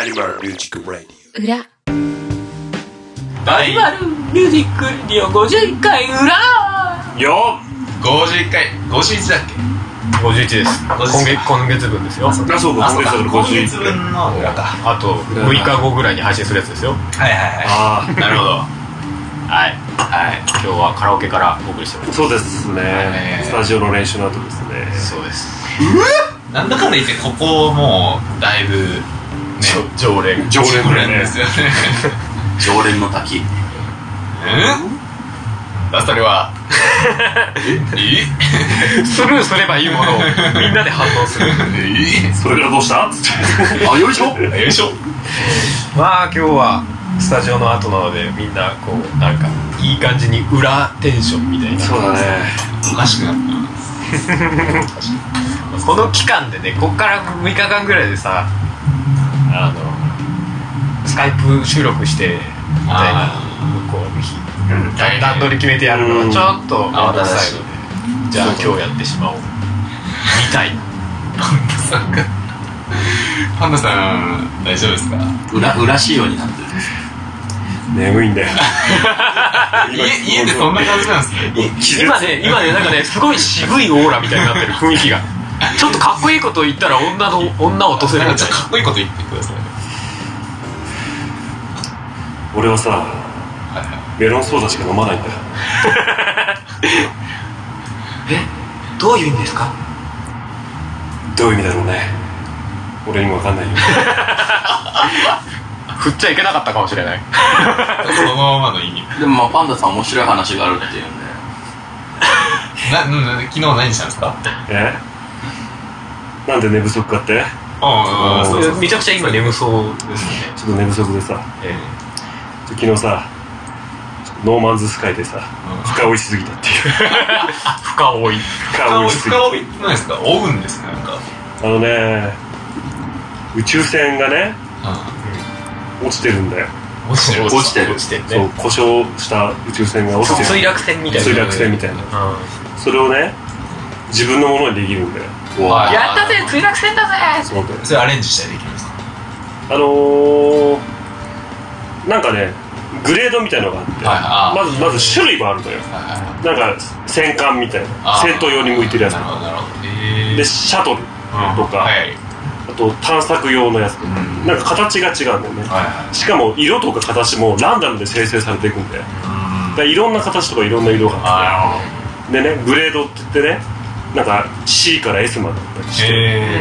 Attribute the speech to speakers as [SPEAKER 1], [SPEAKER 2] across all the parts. [SPEAKER 1] アニマルミュージックラディ
[SPEAKER 2] 裏
[SPEAKER 3] 第
[SPEAKER 4] マルミュージックリオ50回裏
[SPEAKER 3] 451
[SPEAKER 5] 51回51だっけ
[SPEAKER 3] です今
[SPEAKER 5] 51
[SPEAKER 3] 月今月分ですよ
[SPEAKER 1] オあそうかそうかそうか
[SPEAKER 5] 今月分の裏かは
[SPEAKER 3] あと6日後ぐらいに配信するやつですよ
[SPEAKER 5] いはいは
[SPEAKER 1] あ
[SPEAKER 3] なるほどはいはい今日はカラオケからお送りしており
[SPEAKER 1] あ
[SPEAKER 3] ま
[SPEAKER 1] そうですね
[SPEAKER 5] ね
[SPEAKER 1] スタジオの練習の後ですね
[SPEAKER 3] すそうです
[SPEAKER 5] いなんだかんだ言ってここもうだいぶね
[SPEAKER 3] じょ常連
[SPEAKER 1] 常連だよね
[SPEAKER 5] ですよね
[SPEAKER 6] 常連の
[SPEAKER 5] う
[SPEAKER 6] 滝
[SPEAKER 5] んそれは
[SPEAKER 3] スルーすればいいものをみんなで反応する
[SPEAKER 5] え
[SPEAKER 1] それからどうしたつってあよいしょ
[SPEAKER 5] えよいしょ
[SPEAKER 3] まあ今日はスタジオの後なのでみんなこうなんかいい感じに裏テンションみたいな
[SPEAKER 1] そうだね
[SPEAKER 5] おかしくなった
[SPEAKER 3] この期間でねこっから6日間ぐらいでさあのスカイプ収録してみたいな
[SPEAKER 5] あ
[SPEAKER 3] こうひ
[SPEAKER 5] 大変
[SPEAKER 3] 段取り決めてやるのはちょっと
[SPEAKER 5] ん
[SPEAKER 3] 面倒くさいのでじゃあ今日やってしまおうみたいな
[SPEAKER 5] さんがパンダさん大丈夫ですか
[SPEAKER 6] 裏裏仕様になってるんです
[SPEAKER 1] 眠いんだよ
[SPEAKER 5] 家家でそんな感じなんですね
[SPEAKER 1] 気絶
[SPEAKER 3] 今ね今ねなんかねすごい渋いオーラみたいになってる雰囲気がちょっとかっこいいこと言ったら女の女を落とせる
[SPEAKER 5] なん
[SPEAKER 3] み
[SPEAKER 5] かち
[SPEAKER 3] た
[SPEAKER 5] ょ
[SPEAKER 3] い
[SPEAKER 5] っとかっこいいこと言ってください
[SPEAKER 1] 俺はさメロンソーダしか飲まないんだよ
[SPEAKER 3] などういう意味ですか
[SPEAKER 1] どういう意味だろうね俺にも分かんないよ
[SPEAKER 3] 振っちゃいけなかったかもしれない
[SPEAKER 5] そのままの意味
[SPEAKER 6] でもまあパンダさん面白い話があるっていうんで
[SPEAKER 5] ななな昨日何したんですか
[SPEAKER 1] えなんで寝不足かってう
[SPEAKER 5] あ
[SPEAKER 1] ん
[SPEAKER 5] そうそう
[SPEAKER 3] めちゃくちゃ今眠そうですね、
[SPEAKER 1] ちょっと寝不足でさ昨日さノーマンズスカイでさ深追いしすぎたっていう
[SPEAKER 3] 深追い
[SPEAKER 1] 深追いしすぎ
[SPEAKER 5] 追いってないですか追うんですねなんか
[SPEAKER 1] あのね宇宙船がね落ちてるんだよ、
[SPEAKER 5] 落ちてる
[SPEAKER 6] 落ちてる
[SPEAKER 3] 落ちてる
[SPEAKER 1] そう
[SPEAKER 3] ね
[SPEAKER 1] 故障した宇宙船が落ちてる
[SPEAKER 3] 墜落船みたいな
[SPEAKER 1] 墜落船みたいな
[SPEAKER 3] うん
[SPEAKER 1] それをね自分のものにできるんだよ
[SPEAKER 5] わ
[SPEAKER 4] やったぜ墜落戦だぜ
[SPEAKER 1] そうなんだよ
[SPEAKER 5] それアレンジしたりできるんですか
[SPEAKER 1] あのー、なんかねグレードみたいのがあって、
[SPEAKER 5] はいあ
[SPEAKER 1] まずまず種類もあるのよ
[SPEAKER 5] はいはいはい
[SPEAKER 1] なんか戦艦みたいな
[SPEAKER 5] あー
[SPEAKER 1] 戦闘用に向いてるやつ
[SPEAKER 5] なるほどなるほどえ
[SPEAKER 1] でシャトルとか、
[SPEAKER 5] はい
[SPEAKER 1] あと探索用のやつとか、
[SPEAKER 5] うん
[SPEAKER 1] なんか形が違うんだよね、
[SPEAKER 5] は
[SPEAKER 1] しかも色とか形もランダムで生成されていくんだよ
[SPEAKER 5] いはい
[SPEAKER 1] だからいろんな形とかいろんな色があ
[SPEAKER 5] あ
[SPEAKER 1] ってでねグレードって言ってねなんか C から S までだったり
[SPEAKER 5] ー
[SPEAKER 1] して、
[SPEAKER 5] へえ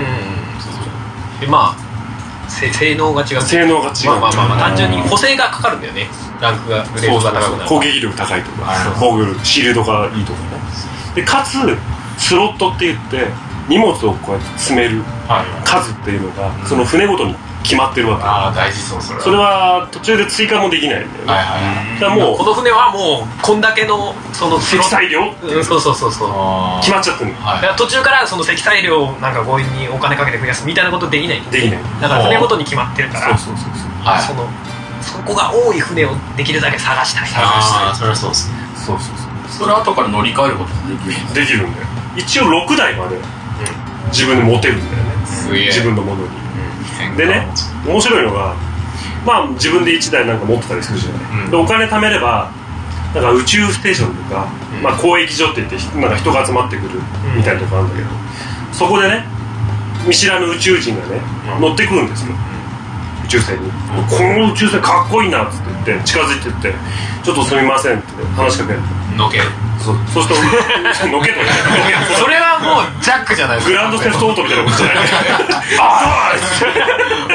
[SPEAKER 3] でまあせ性能が違う
[SPEAKER 1] 性能が違う、
[SPEAKER 3] まあまあまあ、まあ、単純に補正がかかるんだよねランクがグレー
[SPEAKER 1] そ
[SPEAKER 3] ド
[SPEAKER 1] う
[SPEAKER 3] が
[SPEAKER 1] そうそ
[SPEAKER 3] 高く
[SPEAKER 1] う
[SPEAKER 3] なる
[SPEAKER 1] 攻撃力高いと
[SPEAKER 5] はい
[SPEAKER 1] か防御力シールドがいいとかねでかつスロットって言って荷物をこうやって詰める
[SPEAKER 5] はい
[SPEAKER 1] 数っていうのがその船ごとに決まってるわ
[SPEAKER 5] ああ大事そうそれ
[SPEAKER 1] け
[SPEAKER 5] は
[SPEAKER 1] それは途中で追加もできないんだよね
[SPEAKER 5] はいはいはい
[SPEAKER 1] だからも
[SPEAKER 3] こ
[SPEAKER 1] う
[SPEAKER 3] の船はもうこんだけのその
[SPEAKER 1] 積載量
[SPEAKER 3] うんそうそうそうそう
[SPEAKER 5] あ
[SPEAKER 1] 決まっちゃってるの
[SPEAKER 5] あ
[SPEAKER 3] だから途中からその積載量をなんか強引にお金かけて増やすみたいなことできない
[SPEAKER 1] できない
[SPEAKER 3] だから船ごとに決まってるから
[SPEAKER 1] そうそうそう
[SPEAKER 5] はい
[SPEAKER 3] そのそこが多い船をできるだけ探したい
[SPEAKER 5] ああそれはそうですね
[SPEAKER 1] そうそうそう
[SPEAKER 6] それ後から乗り換えることもできるん
[SPEAKER 1] できるんだよ一応6台まで自分で持てるんだよね
[SPEAKER 5] すげえ
[SPEAKER 1] 自分のものに
[SPEAKER 5] 分
[SPEAKER 1] でね面白いのがまあ自分で1台なんか持ってたりするじゃない、
[SPEAKER 5] うん
[SPEAKER 1] でお金貯めればなんか宇宙ステーションとか、
[SPEAKER 3] うん
[SPEAKER 1] まあ、交易所って言ってひなんか人が集まってくるみたいなとこあるんだけど、そこでね見知らぬ宇宙人がね、
[SPEAKER 3] うん
[SPEAKER 1] 乗ってくるんですよ、宇宙船に、この宇宙船かっこいいなっつって言って近づいてって「ちょっとすみません」って話しかける
[SPEAKER 5] のける
[SPEAKER 1] そうそうすると のけとね
[SPEAKER 3] それはもうジャックじゃないで す
[SPEAKER 1] グ
[SPEAKER 3] か
[SPEAKER 1] ランドセフトオートみたいなことじゃないああ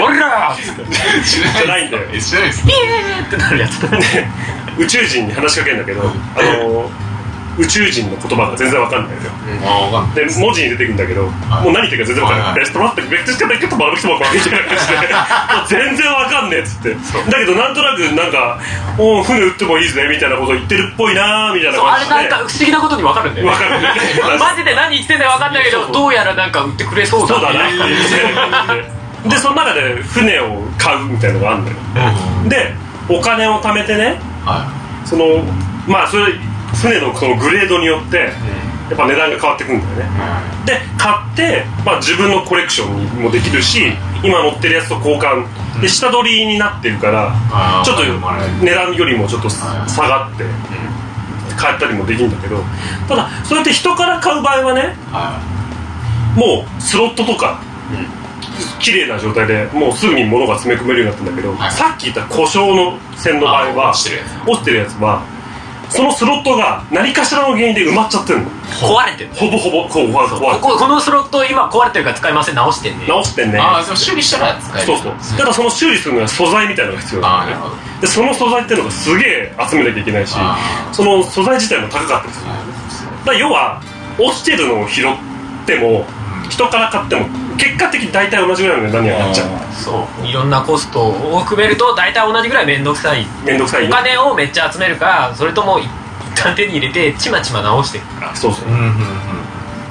[SPEAKER 3] 俺らーっつって
[SPEAKER 5] 知
[SPEAKER 1] じゃないんだよ
[SPEAKER 5] え知らないです
[SPEAKER 3] ピエーってなるやつ
[SPEAKER 1] 宇宙人に話しかけるんだけど、あの宇宙人の言葉が全然わかんないのよ
[SPEAKER 5] ああわかんない
[SPEAKER 1] で文字に出てくるんだけど、もう何言ってるか全然わかんない、
[SPEAKER 5] はい
[SPEAKER 1] レストランって別にしてないけど丸くてもみたいな感じでもう全然わかんねえっつっ てだけどなんとなくなんか「おう船売ってもいいぜ」みたいなこと言ってるっぽいなーみたいな
[SPEAKER 3] そうあ
[SPEAKER 1] 感じ
[SPEAKER 3] れ
[SPEAKER 1] で
[SPEAKER 3] なんか不思議なことに分かるんだよね
[SPEAKER 1] わかる
[SPEAKER 3] マジで何言ってんだよ分かんないけどどうやらなんか売ってくれそうだ
[SPEAKER 1] そうだなって言ってでその中で船を買うみたいなのがあるんだよでお金を貯めてね
[SPEAKER 5] は
[SPEAKER 1] そのまあそれ船のそのグレードによってやっぱ値段が変わってくるんだよねで買って、まあ、自分のコレクションにもできるし今乗ってるやつと交換で下取りになってるから
[SPEAKER 5] あー
[SPEAKER 1] ちょっと
[SPEAKER 5] まあまあ
[SPEAKER 1] 値段よりもちょっと下がって買ったりもできるんだけどただそうやって人から買う場合はね
[SPEAKER 5] は
[SPEAKER 1] もうスロットとか綺麗な状態でもうすぐに物が詰め込めるようになったんだけど、
[SPEAKER 5] はい
[SPEAKER 1] さっき言った故障の線の場合は
[SPEAKER 5] あ落ちてるや
[SPEAKER 1] 落ちてるやつはそのスロットが何かしらの原因で埋まっちゃってるの
[SPEAKER 3] 壊れてんの
[SPEAKER 1] ほぼほぼこう壊れ壊れ
[SPEAKER 3] こここのスロット今壊れてるから使いません直してんね
[SPEAKER 1] 直してんね
[SPEAKER 5] いああでも修理したら使える
[SPEAKER 1] そうそうただその修理するのは素材みたいなのが必要
[SPEAKER 5] ああ
[SPEAKER 1] な
[SPEAKER 5] なる
[SPEAKER 1] の
[SPEAKER 5] ほ
[SPEAKER 1] ねで
[SPEAKER 5] ど
[SPEAKER 1] その素材っていうのがすげえ集めなきゃいけないし
[SPEAKER 5] あ
[SPEAKER 1] その素材自体も高かったりするだから要は落ちてるのを拾っても人から買っても結果的に大体同じぐらいの値段にはなっちゃう
[SPEAKER 3] そういろんなコストを含めると大体同じぐらい面倒くさい
[SPEAKER 1] めんどくさい
[SPEAKER 3] お
[SPEAKER 1] よ
[SPEAKER 3] 金をめっちゃ集めるかそれとも一旦手に入れてちまちま直していくか
[SPEAKER 1] そうそう
[SPEAKER 5] うんうんうん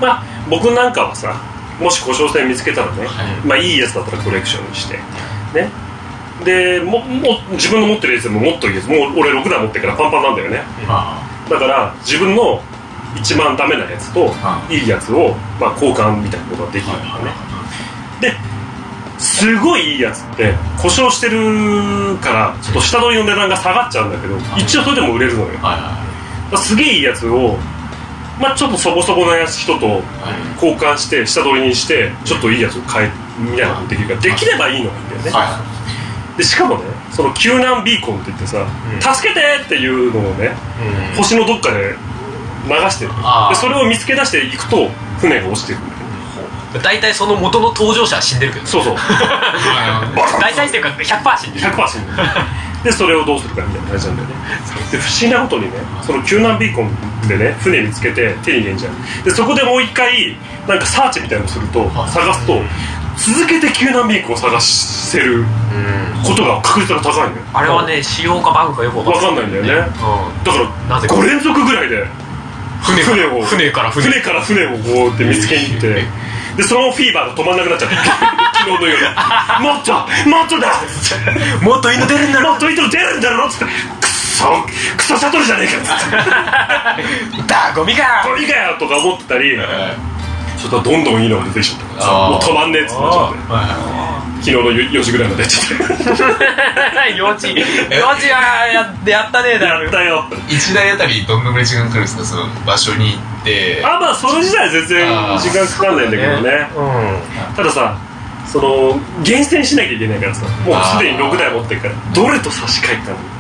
[SPEAKER 1] まあ僕なんかはさもし故障線見つけたらね、
[SPEAKER 5] はい
[SPEAKER 1] まあいいやつだったらコレクションにしてねでもも自分の持ってるやつももっといいやつもう俺6台持ってるからパンパンなんだよね
[SPEAKER 5] あ
[SPEAKER 1] だから自分の一番ダメなやつと
[SPEAKER 5] う
[SPEAKER 1] いいやつを、まあ、交換みたいなことができるんだよねですごいいいやつって故障してるからちょっと下取りの値段が下がっちゃうんだけど一応それでも売れるのよだか
[SPEAKER 5] あはいは
[SPEAKER 1] らすげえいいやつをまあちょっとそぼそぼなやつ人と
[SPEAKER 5] いはい
[SPEAKER 1] 交換して下取りにしてちょっといいやつを買えみたいなことできるからできればいいのがいいんだよね、
[SPEAKER 5] は
[SPEAKER 1] でしかもねその救難ビーコンって言ってさ、
[SPEAKER 3] ん
[SPEAKER 1] 助けてっていうのをね
[SPEAKER 3] うん
[SPEAKER 1] 星のどっかで流してる
[SPEAKER 5] あー
[SPEAKER 1] でそれを見つけ出していくと船が落ちてくるんだよね
[SPEAKER 3] 大体その元の登場者は死んでるけど
[SPEAKER 1] そうそう
[SPEAKER 5] い
[SPEAKER 3] 大体っていうか100%死んでる
[SPEAKER 1] 100%死んでるでそれをどうするかみたいな感じなんだよねで不思議なことにねその救難ビーコンでね船見つけて手に入れんじゃんでそこでもう一回なんかサーチみたいのすると探すと続けて救難ビーコンを探せる
[SPEAKER 3] うん
[SPEAKER 1] ことが確率が高いんだよ
[SPEAKER 3] あれはね使用かバグかよく
[SPEAKER 1] 分
[SPEAKER 3] わ
[SPEAKER 1] か
[SPEAKER 3] か
[SPEAKER 1] ん
[SPEAKER 3] ん
[SPEAKER 1] ないんだよね
[SPEAKER 3] う
[SPEAKER 1] だから
[SPEAKER 3] なぜか
[SPEAKER 1] 5連続ぐらいで
[SPEAKER 3] 船から
[SPEAKER 1] を
[SPEAKER 3] 船から船
[SPEAKER 1] から船をこうって見つけに行ってでそのフィーバーが止まんなくなっちゃって 昨日の 夜もっともっとだ
[SPEAKER 3] んもっと犬出るんだろ
[SPEAKER 1] もっと糸出るんだろっつってクソクソシャトルじゃねえかっつ って
[SPEAKER 3] だゴミか
[SPEAKER 1] これ以外やとか思ってたり
[SPEAKER 5] はい
[SPEAKER 1] ちょっとどんどんいいのが出てきちゃったからさ
[SPEAKER 5] あー
[SPEAKER 1] もう止まんねえっつってなっちゃって
[SPEAKER 5] は
[SPEAKER 1] 昨日の4時ぐらいまでやっちゃ って
[SPEAKER 3] 幼稚幼稚はややったねえだ
[SPEAKER 1] や
[SPEAKER 3] ろ
[SPEAKER 1] ったよ
[SPEAKER 5] い一台あたりどんぐらい時間かかるんですかその場所に行って
[SPEAKER 1] あまあそれ自体は全然時間かかんないんだけどねたださその厳選しなきゃいけないからさもうすでに6台持ってるからどれと差し替え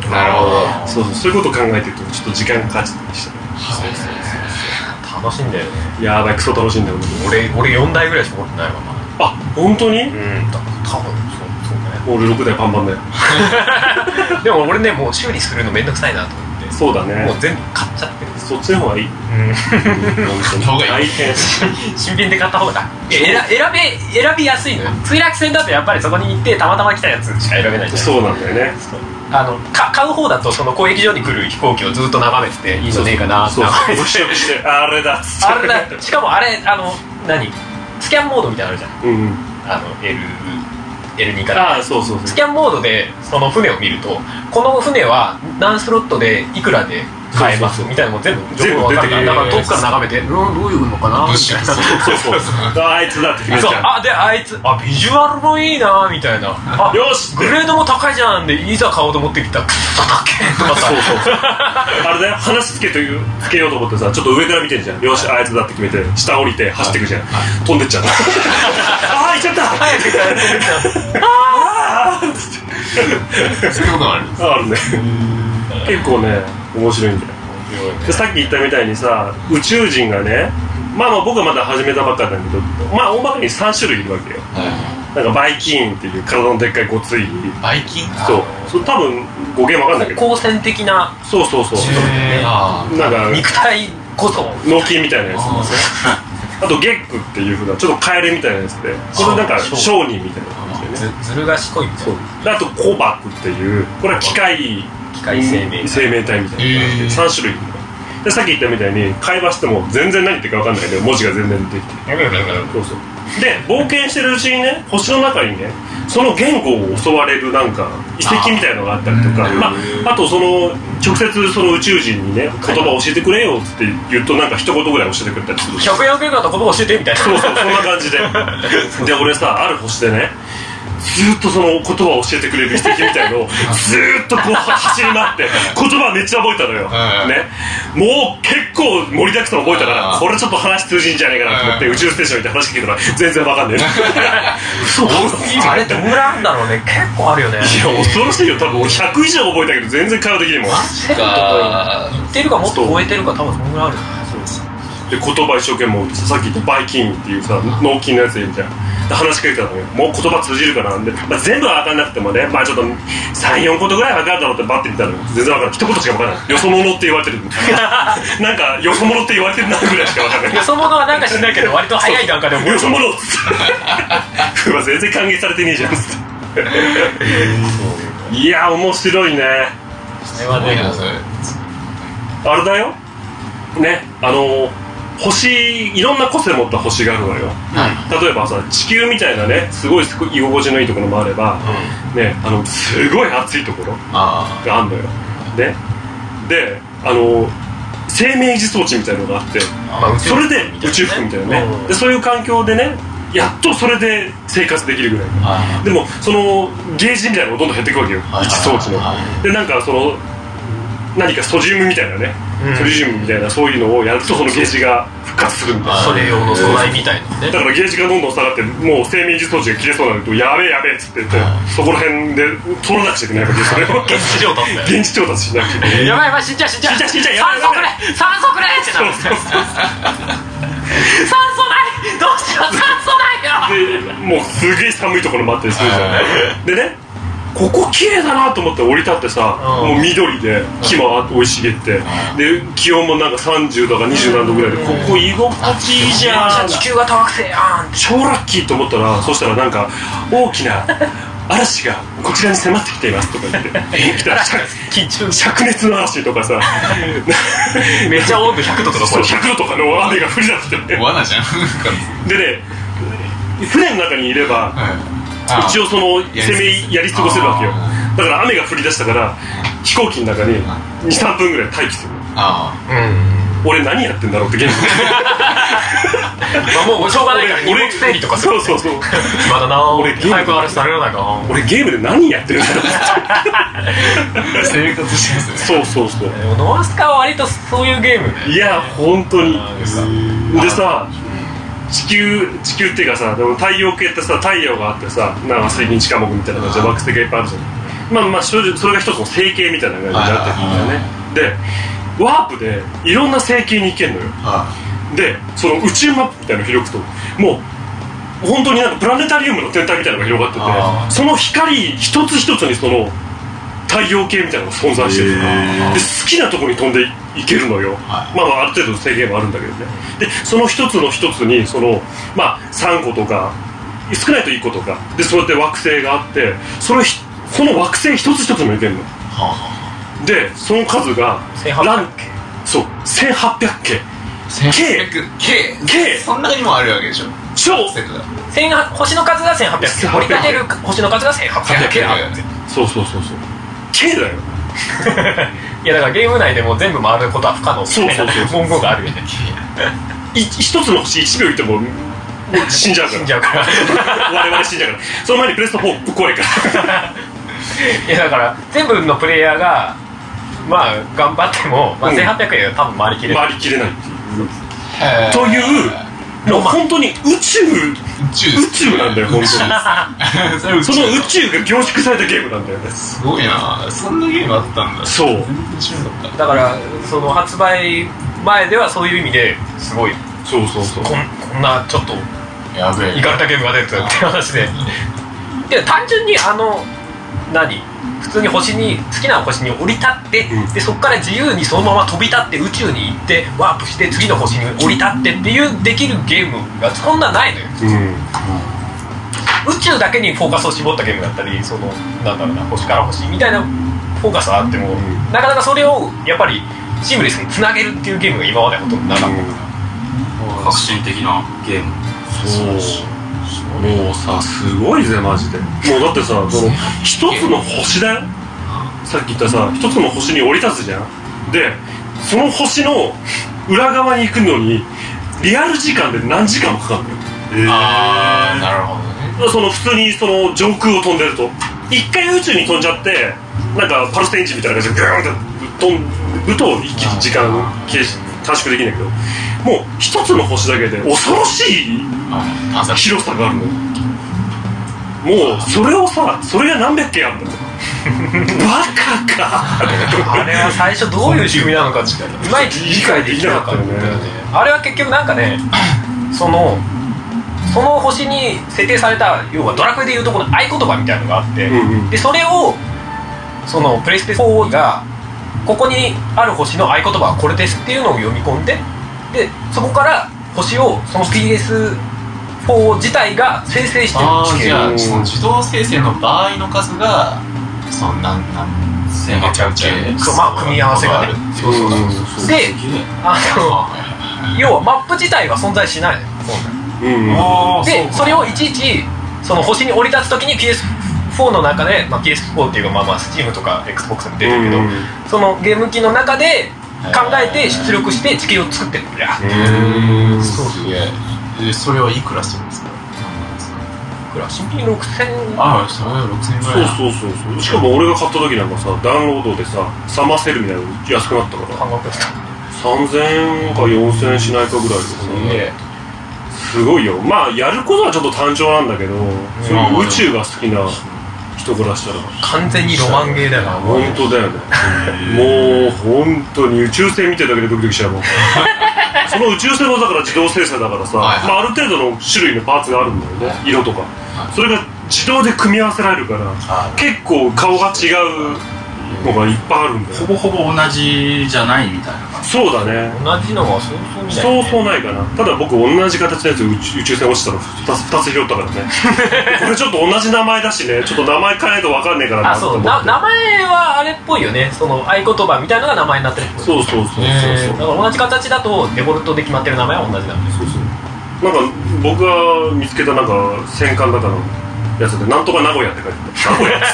[SPEAKER 1] たの
[SPEAKER 5] なるほど
[SPEAKER 1] そうそうそういうことを考えてるとちょっと時間かかっちゃったりしてね
[SPEAKER 3] うん楽しいんだよね
[SPEAKER 1] やばいクソ楽しいんだよ
[SPEAKER 3] 俺俺4台ぐらいしか持ってないわま
[SPEAKER 1] あ本当に、
[SPEAKER 3] だうん多分そうそうね
[SPEAKER 1] 俺6台パンパンだよ
[SPEAKER 3] でも俺ねもう修理するのめんどくさいなと思って
[SPEAKER 1] そうだね
[SPEAKER 3] もう全部買っちゃってる
[SPEAKER 1] そっちの方がいい
[SPEAKER 5] 方がい
[SPEAKER 1] 大
[SPEAKER 5] い
[SPEAKER 1] 変
[SPEAKER 3] 新品で買った方がいや選選べ選びやすいのよ墜落船だとやっぱりそこに行ってたまたま来たやつしか選べないじゃん
[SPEAKER 1] そうなんだよね
[SPEAKER 3] あのか買う方だとその攻撃場に来る飛行機をずっと眺めてていいのねえかなって
[SPEAKER 1] そう
[SPEAKER 3] 眺めて
[SPEAKER 1] そうしてしてあれだっつって
[SPEAKER 3] あれだしかもあれあの何スキャンモードみたいなのあるじゃん
[SPEAKER 1] うん
[SPEAKER 3] あの L L2 から
[SPEAKER 1] ああそうそう
[SPEAKER 3] ス
[SPEAKER 1] そう
[SPEAKER 3] キャンモードでその船を見るとこの船は何スロットでいくらで買えますみたいなのも全部情報が分かるから
[SPEAKER 1] 全部出て
[SPEAKER 3] だ
[SPEAKER 1] くる
[SPEAKER 3] から遠くから眺めてうんどういうのかな
[SPEAKER 5] 物
[SPEAKER 3] み
[SPEAKER 5] 資
[SPEAKER 3] たいな
[SPEAKER 5] そう
[SPEAKER 1] そうそうそうあいつだって決めち
[SPEAKER 3] そう
[SPEAKER 1] ゃ
[SPEAKER 3] あであいつあビジュアルもいいなみたいなあ
[SPEAKER 1] うよし
[SPEAKER 3] グレードも高いじゃんでいざ買おうと思ってきたクソだけとかさ
[SPEAKER 1] そうそうそうあれだよ話つけというつけようと思ってさちょっと上から見てんじゃんよしあいつだって決めて下降りて走ってくじゃん飛んでっちゃうああ行っちゃった
[SPEAKER 3] 早く買えと思ってきた
[SPEAKER 1] あーっつって
[SPEAKER 5] そういうこともあるんです
[SPEAKER 1] あるね結構ね面白いんだよでさっき言ったみたいにさ宇宙人がねまあまあ僕はまだ始めたばっかなんだけどまあ大まかに3種類いるわけよなんかバイキーンっていう体のでっかいごつい
[SPEAKER 5] バイキン
[SPEAKER 1] そうそう多分語源わかんないけど
[SPEAKER 3] 光線的な
[SPEAKER 1] そうそうそう
[SPEAKER 5] あ
[SPEAKER 1] なんか
[SPEAKER 3] 肉体こそ
[SPEAKER 1] 脳筋みたいなやつですねあとゲックっていうふうなちょっとカエルみたいなやつでこれなんか
[SPEAKER 3] そう
[SPEAKER 1] 商人みたいな感じでね
[SPEAKER 3] ずずる賢いみたい
[SPEAKER 1] そうであとコバクっていうこれは機械
[SPEAKER 3] な機械生命
[SPEAKER 1] 生命体みたいなのがあって、
[SPEAKER 5] へー
[SPEAKER 1] 3種類いるのでさっき言ったみたいに会話しても全然何言ってるか分かんないけど文字が全然出てきてそうそうで冒険してるうちにね星の中にねその言語を襲われるなんか遺跡みたいのがあったりとか
[SPEAKER 5] あー
[SPEAKER 1] ま
[SPEAKER 5] へ
[SPEAKER 1] あ、あとその直接その宇宙人にね言葉を教えてくれよって言うとなんか一言ぐらい教えてくれたりする
[SPEAKER 3] 100円くらいだったら言葉教えてみたいな
[SPEAKER 1] そうそうそんな感じでで俺さある星でねずっとその言葉を教えてくれる人みたいのをずーっとこうは走り回って言葉めっちゃ覚えたのよ、
[SPEAKER 5] うん
[SPEAKER 1] ね、もう結構盛りだくさん覚えたから
[SPEAKER 5] うん
[SPEAKER 1] これちょっと話通じんじゃねえかなと思って
[SPEAKER 5] うん
[SPEAKER 1] 宇宙ステーション行って話聞いたら全然わかんねえ 嘘だろ
[SPEAKER 3] あれどんぐらいあるんだろうね結構あるよ
[SPEAKER 1] いや
[SPEAKER 3] ね
[SPEAKER 1] 恐ろしいよ多分俺100以上覚えたけど全然会話できねえもん
[SPEAKER 3] ペットと言ってるかもっと超えてるか多分そんぐらいあるよね
[SPEAKER 1] で言葉一生懸命さっき言ったバイキンっていうさ脳筋のやつでみたいなで話しかけてたのよもう言葉通じるかなで、まあ、全部は分かんなくてもねまあちょっと34ことぐらい分かるだろうってバッて見たら全然分かんない一言しか分かんないよそ者って言われてる なんかよそ者って言われてるなぐらいしか分かんない
[SPEAKER 3] よそ者はなんかしないけど割と早い段階で覚え
[SPEAKER 1] よ
[SPEAKER 3] る
[SPEAKER 1] そ者っつって うわ全然歓迎されてねえじゃんっつっていや面白いね
[SPEAKER 3] それは
[SPEAKER 5] 多いな
[SPEAKER 3] ね
[SPEAKER 5] それ
[SPEAKER 1] あれだよねあの星いろんな個性持った星があるわよ
[SPEAKER 6] は
[SPEAKER 1] 例えばさ地球みたいなねすごいすごい居心地のいいところもあれば、ねあのすごい暑いところ
[SPEAKER 5] あ
[SPEAKER 1] があんのよねであの生命維持装置みたいなのがあって
[SPEAKER 3] まあ宇
[SPEAKER 1] それで宇宙服みたいなねでそういう環境でねやっとそれで生活できるぐらい
[SPEAKER 6] いは
[SPEAKER 1] でもそのゲージみたいなのがどんどん減っていくわけよ
[SPEAKER 6] い
[SPEAKER 1] 位置装置の
[SPEAKER 6] はい
[SPEAKER 1] でなんかその何かソジウムみたいなね、
[SPEAKER 3] うん
[SPEAKER 1] ソジウムみたいなそういうのをやるとそのゲージが復活するみたいな
[SPEAKER 3] それ用の素材みたいなね
[SPEAKER 1] だからゲージがどんどん下がってもう生命維持装置が切れそうになるとやべえやべえっつって言ってそこら辺で取らなくちゃいけないわけですよそれを
[SPEAKER 3] 現地上達だよ
[SPEAKER 1] 現地調達しなくちゃいけない
[SPEAKER 3] やばいやばい死んじゃう死んじゃう
[SPEAKER 1] 死んじゃう死んじゃうやばい
[SPEAKER 3] 酸
[SPEAKER 1] やばい
[SPEAKER 3] 素くれ酸素くれってなるんですよ酸素ないどうしよう酸素 ないよ
[SPEAKER 1] でもうすげえ寒いところもあったりするじゃんでねここ綺麗だなと思って降り立ってさ
[SPEAKER 3] うん
[SPEAKER 1] もう緑で木も生い茂ってで気温もなんか30度か20何度ぐらいでここ居心地いいじゃん
[SPEAKER 3] 地球が多惑星あん
[SPEAKER 1] 超ラッキーと思ったらそしたらなんか大きな嵐がこちらに迫ってきていますとか 言って来たらしゃ
[SPEAKER 3] 緊張
[SPEAKER 1] 灼熱の嵐とか さ
[SPEAKER 3] めっちゃ温度100度とか
[SPEAKER 1] そう100度とかの雨が降りだして
[SPEAKER 5] あ罠じゃん
[SPEAKER 1] でね船の中にいれば
[SPEAKER 5] あ
[SPEAKER 1] 一応その
[SPEAKER 5] やり過ご
[SPEAKER 1] 攻めやり過ごせるわけよ
[SPEAKER 5] あ
[SPEAKER 1] だから雨が降り出したから飛行機の中に23分ぐらい待機する
[SPEAKER 5] あ
[SPEAKER 3] うん
[SPEAKER 1] 俺何やってんだろうって現実
[SPEAKER 3] まあもうしょうがないから荷物整理とかする
[SPEAKER 1] そうそうそう
[SPEAKER 3] まだな
[SPEAKER 1] 俺
[SPEAKER 3] 早くあれされるなんか
[SPEAKER 1] 俺ゲームで何やってるんだろう
[SPEAKER 5] あ生活してますね
[SPEAKER 1] そうそうそう
[SPEAKER 3] ノアスカは割とそういうゲーム
[SPEAKER 1] いや本当に
[SPEAKER 5] うん
[SPEAKER 1] でさ地球地球っていうかさでも太陽系ってさ太陽があってさなんか水銀地下木みたいな感じで惑星がいっぱいあるじゃんまあまあ正直それが一つの星系みたいな感じになってくるんだよねでワープでいろんな星系に行けんのよ
[SPEAKER 5] あ
[SPEAKER 1] でその宇宙マップみたいなの広くともう本当になんかプラネタリウムの天体みたいなのが広がっ
[SPEAKER 5] あ
[SPEAKER 1] ててその光一つ一つにその太陽系みたいなのが存在してる
[SPEAKER 5] へ
[SPEAKER 1] で
[SPEAKER 5] ー
[SPEAKER 1] 好きなところに飛んでいけるのよ、
[SPEAKER 5] は
[SPEAKER 1] まあまあある程度の制限はあるんだけどねでその一つの一つにそのまあ3個とか少ないと1個とかでそうやって惑星があってそのひその惑星一つ一つにもいけるのでその数が
[SPEAKER 3] 1800
[SPEAKER 1] ランそう1800系計
[SPEAKER 5] K
[SPEAKER 1] 計
[SPEAKER 5] その中にもあるわけでしょ
[SPEAKER 1] 超
[SPEAKER 5] セットだ
[SPEAKER 3] 千八星の数が1800折り立てる星の数が1800
[SPEAKER 5] いや
[SPEAKER 3] い
[SPEAKER 1] そうそうそうそう K だよ
[SPEAKER 3] やだからゲーム内でも全部回ることは不可能みたい
[SPEAKER 1] そうそう
[SPEAKER 3] な
[SPEAKER 1] そう
[SPEAKER 3] 文言があるよね
[SPEAKER 1] い一つの星1秒いてももう 死んじゃうか
[SPEAKER 3] 死
[SPEAKER 1] ら
[SPEAKER 3] んじゃうから
[SPEAKER 1] 我々死んじゃうからその前にプレスト4ぶっ壊れるから
[SPEAKER 3] いやだから全部のプレイヤーがまあ頑張っても、まあ、
[SPEAKER 1] うん
[SPEAKER 3] 1800円は多分回りきれる、
[SPEAKER 1] 回りきれないっていう
[SPEAKER 5] へー
[SPEAKER 1] というもう本当に宇宙
[SPEAKER 5] 宇宙
[SPEAKER 1] 宇宙なんだよ本
[SPEAKER 5] 当に それ宇宙
[SPEAKER 1] その宇宙が凝縮されたゲームなんだよね
[SPEAKER 5] すごいなそんなゲームあったんだ
[SPEAKER 1] そう
[SPEAKER 5] 全然知らなかっ
[SPEAKER 3] だからその発売前ではそういう意味ですごい
[SPEAKER 1] そうそうそう
[SPEAKER 3] こんこんなちょっと
[SPEAKER 5] たやべ
[SPEAKER 3] いかれたゲームが出てたって話でいや単純にあの何普通に星に好きな星に降り立って、
[SPEAKER 1] うん
[SPEAKER 3] でそこから自由にそのまま飛び立って宇宙に行ってワープして次の星に降り立ってっていうできるゲームがそんなないのよ
[SPEAKER 1] うん
[SPEAKER 3] 宇宙だけにフォーカスを絞ったゲームだったりそのなんだろうな星から星みたいなフォーカスはあっても、
[SPEAKER 1] ん
[SPEAKER 3] なかなかそれをやっぱりシームレスにつなげるっていうゲームが今までほとんどなかった、
[SPEAKER 6] 革新的なゲーム
[SPEAKER 1] そうもうさすごいぜマジでもうだってさその一つの星だよさっき言ったさ一つの星に降り立つじゃんでその星の裏側に行くのにリアル時間で何時間もかかるのよ
[SPEAKER 5] ああなるほどね
[SPEAKER 1] その普通にその上空を飛んでると一回宇宙に飛んじゃってなんかパルスエンジンみたいな感じでグーンって飛ぶと一気に時間を軽短縮できるんだけどもう一つの星だけで恐ろしい
[SPEAKER 5] あ探索
[SPEAKER 1] 広さがあるのもうそれをさそれが何百件 あるんだよバカか
[SPEAKER 3] あれは最初どういう仕組みなのかっていまいち理解できなかったんだよねあれは結局なんかねそのその星に設定された要はドラクエでいうとこの合言葉みたいなのがあって、
[SPEAKER 1] うんうん
[SPEAKER 3] でそれをそのプレステ4がここにある星の合言葉はこれですっていうのを読み込んででそこから星をその PS4 自体が生成して
[SPEAKER 5] あ
[SPEAKER 3] る
[SPEAKER 5] あ
[SPEAKER 3] 地
[SPEAKER 5] じ
[SPEAKER 3] 形
[SPEAKER 5] ゃあその自動生成の場合の数がそのなんなん
[SPEAKER 6] 千
[SPEAKER 5] めちゃくちゃ
[SPEAKER 3] そうまあ組み合わせがね
[SPEAKER 5] そうそうそう
[SPEAKER 3] であの
[SPEAKER 5] あ
[SPEAKER 3] 要はマップ自体は存在しない
[SPEAKER 1] うん
[SPEAKER 6] あ
[SPEAKER 3] でそれをいちいちその星に降り立つ時に PS4 の中で、まあ、PS4 っていうかまあまあ Steam とか XBOX に出てるけど、
[SPEAKER 1] うん
[SPEAKER 3] そのゲーム機の中で考え
[SPEAKER 5] へー
[SPEAKER 3] て出力して地形を作ってるんだ
[SPEAKER 1] う
[SPEAKER 5] ー
[SPEAKER 3] そう
[SPEAKER 5] すげええそれはいくらするんですか
[SPEAKER 3] いくら新品6000
[SPEAKER 5] ああそれは6000
[SPEAKER 1] そう
[SPEAKER 5] ぐらい
[SPEAKER 1] そうそうそうしかも俺が買った時なんかさダウンロードでさ冷ませるみたいなの安くなったから
[SPEAKER 3] 半額だった
[SPEAKER 1] 3000円か4000円しないかぐらいでさ
[SPEAKER 5] すげえ
[SPEAKER 1] すごいよまあやることはちょっと単調なんだけど、そういう宇宙が好きな人からしたら
[SPEAKER 3] 完全にロマンゲーだから
[SPEAKER 1] 本当だよねもう本当に宇宙船見てるだけでドキドキしちゃうもんその宇宙船もだから自動生成だからさ、
[SPEAKER 5] はいはい
[SPEAKER 1] まあ、ある程度の種類のパーツがあるんだよね、色とか、それが自動で組み合わせられるから
[SPEAKER 5] あ
[SPEAKER 1] 結構顔が違うのがいっぱいあるんだ
[SPEAKER 6] ほ
[SPEAKER 1] よ
[SPEAKER 6] ぼほぼ同じじゃないみたいな感じ
[SPEAKER 1] そうだね
[SPEAKER 3] 同じのはそうそうみたい
[SPEAKER 1] そ
[SPEAKER 3] な
[SPEAKER 1] うそうないかなただ僕同じ形のやつ宇宙宇宙船落ちたの 2, つ二つ拾ったからねこれちょっと同じ名前だしねちょっと名前変えないと分かんねえからな
[SPEAKER 3] あ
[SPEAKER 1] と思
[SPEAKER 3] そう
[SPEAKER 1] って
[SPEAKER 3] な名前はあれっぽいよねその合言葉みたいなのが名前になってるっぽい
[SPEAKER 1] そうそうそうそうそう、
[SPEAKER 3] だから同じ形だとデフォルトで決まってる名前は同じなんです
[SPEAKER 1] そうそうなんか僕が見つけたなんか戦艦だかのやつでなんとか名古屋って書いてた名古屋っつ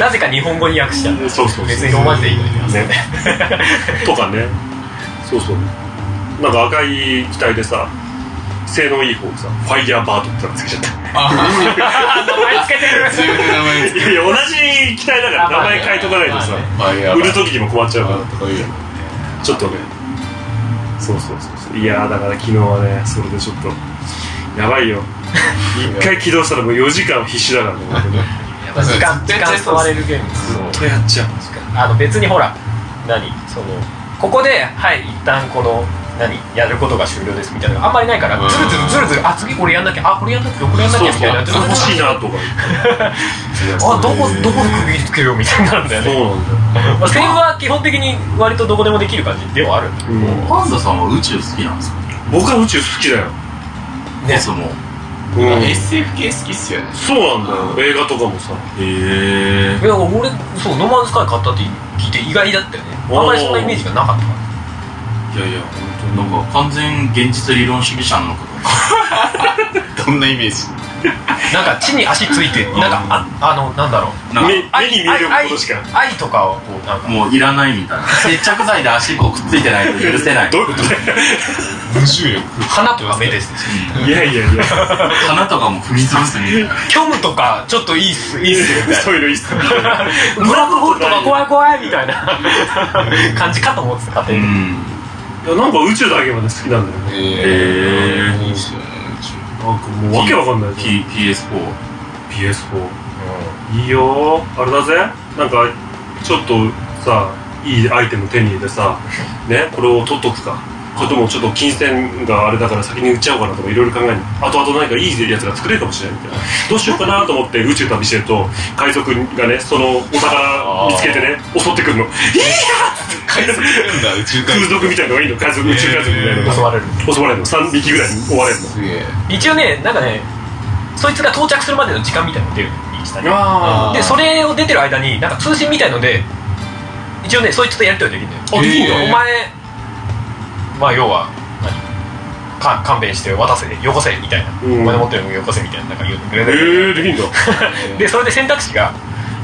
[SPEAKER 3] なぜか日本語に訳しちゃう
[SPEAKER 1] ってそうそうそう
[SPEAKER 3] 別にロマンでいいの に
[SPEAKER 1] ねとかねそうそうなんか赤い機体でさ性能いい方にさファイヤーバードって名前つけちゃった
[SPEAKER 3] 名前つけてる
[SPEAKER 5] そういう名前です
[SPEAKER 1] いやいや同じ機体だから
[SPEAKER 3] あま
[SPEAKER 1] 名
[SPEAKER 3] あね
[SPEAKER 1] 前変えとかないとさ、
[SPEAKER 3] まあね
[SPEAKER 5] まあいや
[SPEAKER 1] 売る時にも困っちゃうから
[SPEAKER 5] こういう
[SPEAKER 1] ちょっとねそうそうそうそういやーだから昨日はねそれでちょっとやばいよ一回起動したらもう4時間必死だからね本当に
[SPEAKER 3] やっぱ時間時間吸われるゲーム
[SPEAKER 1] ずっとやっちゃう
[SPEAKER 3] あの別にほら何そのここではい一旦この何やることが終了ですみたいなのがあんまりないから
[SPEAKER 5] うん
[SPEAKER 3] ずるずるずるずるあ次これやんなきゃあこれやんなきゃこれやんなきゃみたいな
[SPEAKER 1] そうそう欲しいなとか
[SPEAKER 3] あどこどこ首つけようみたいになるんだ
[SPEAKER 1] 言
[SPEAKER 3] よ
[SPEAKER 1] って
[SPEAKER 3] ね
[SPEAKER 1] そうなんだよ
[SPEAKER 3] まあセーブは基本的に割とどこでもできる感じではあるんだ
[SPEAKER 1] うん
[SPEAKER 6] パンダさんは宇宙好きなんですか
[SPEAKER 1] 僕は宇宙好きだよ
[SPEAKER 6] いつも
[SPEAKER 1] うん
[SPEAKER 5] SF 系好きっすよね
[SPEAKER 1] そうなんだよ映画とかもさ
[SPEAKER 6] へえ
[SPEAKER 3] いや俺そうノーマンズスカイ買ったって聞いて意外だったよねあんまりそんなイメージがなかったから
[SPEAKER 6] いやいや本当になんか完全現実理論主義者なのかと思っ
[SPEAKER 5] どんなイメージ
[SPEAKER 3] なんか地に足ついてなんかああのなんだろう
[SPEAKER 6] たなんか
[SPEAKER 1] 目目に見えることしか
[SPEAKER 3] 愛愛愛とかをこうなんか
[SPEAKER 6] もういらないみたいな接着剤で足こうくっついてないと許せない
[SPEAKER 1] どういうこと
[SPEAKER 5] 無重力
[SPEAKER 3] 花とか目です
[SPEAKER 1] いやいやいや
[SPEAKER 6] 花とかも踏み潰すみたいな
[SPEAKER 3] 虚無とかちょっといいっすいいっすよみた い
[SPEAKER 1] そういうのいいっすね
[SPEAKER 3] なブラックホールとか怖い怖いみたいな感じかと思ってた勝
[SPEAKER 6] う
[SPEAKER 3] 手に
[SPEAKER 6] ん
[SPEAKER 1] いやなんか宇宙だけまで好きなんだよね
[SPEAKER 5] え
[SPEAKER 6] ー
[SPEAKER 5] いいっすよね宇宙
[SPEAKER 1] なんかもうわけわかんないじゃん
[SPEAKER 6] P- PS4
[SPEAKER 1] PS4 いいよーあれだぜなんかちょっとさいいアイテム手に入れて さねこれを取っとくかそれともちょっと金銭があれだから先に売っちゃおうかなとかいろいろ考えにあとあと何かいいやつが作れるかもしれないみたい などうしようかなと思って宇宙旅してると海賊がねそのお宝見つけてね襲ってくるの
[SPEAKER 5] 海賊いるんだ宇宙海
[SPEAKER 1] 空賊みたいなのがいいの海賊宇宙海賊みたいなのが
[SPEAKER 3] 襲われる
[SPEAKER 1] 襲われるの3匹ぐらいに追われるの
[SPEAKER 5] すげえ
[SPEAKER 3] 一応ねなんかねそいつが到着するまでの時間みたいの出る右下に
[SPEAKER 1] あ
[SPEAKER 5] あ
[SPEAKER 3] でそれを出てる間になんか通信みたいので一応ねそいつとやり取りできるんだよ
[SPEAKER 1] あできん
[SPEAKER 5] へ
[SPEAKER 1] だ
[SPEAKER 5] ー
[SPEAKER 3] お前まあ要は何か勘弁して渡せよこせみたいな、
[SPEAKER 1] うん
[SPEAKER 3] お前の持ってるのよこせみたいななんか言うの
[SPEAKER 1] えー、できんだ
[SPEAKER 3] でそれで選択肢が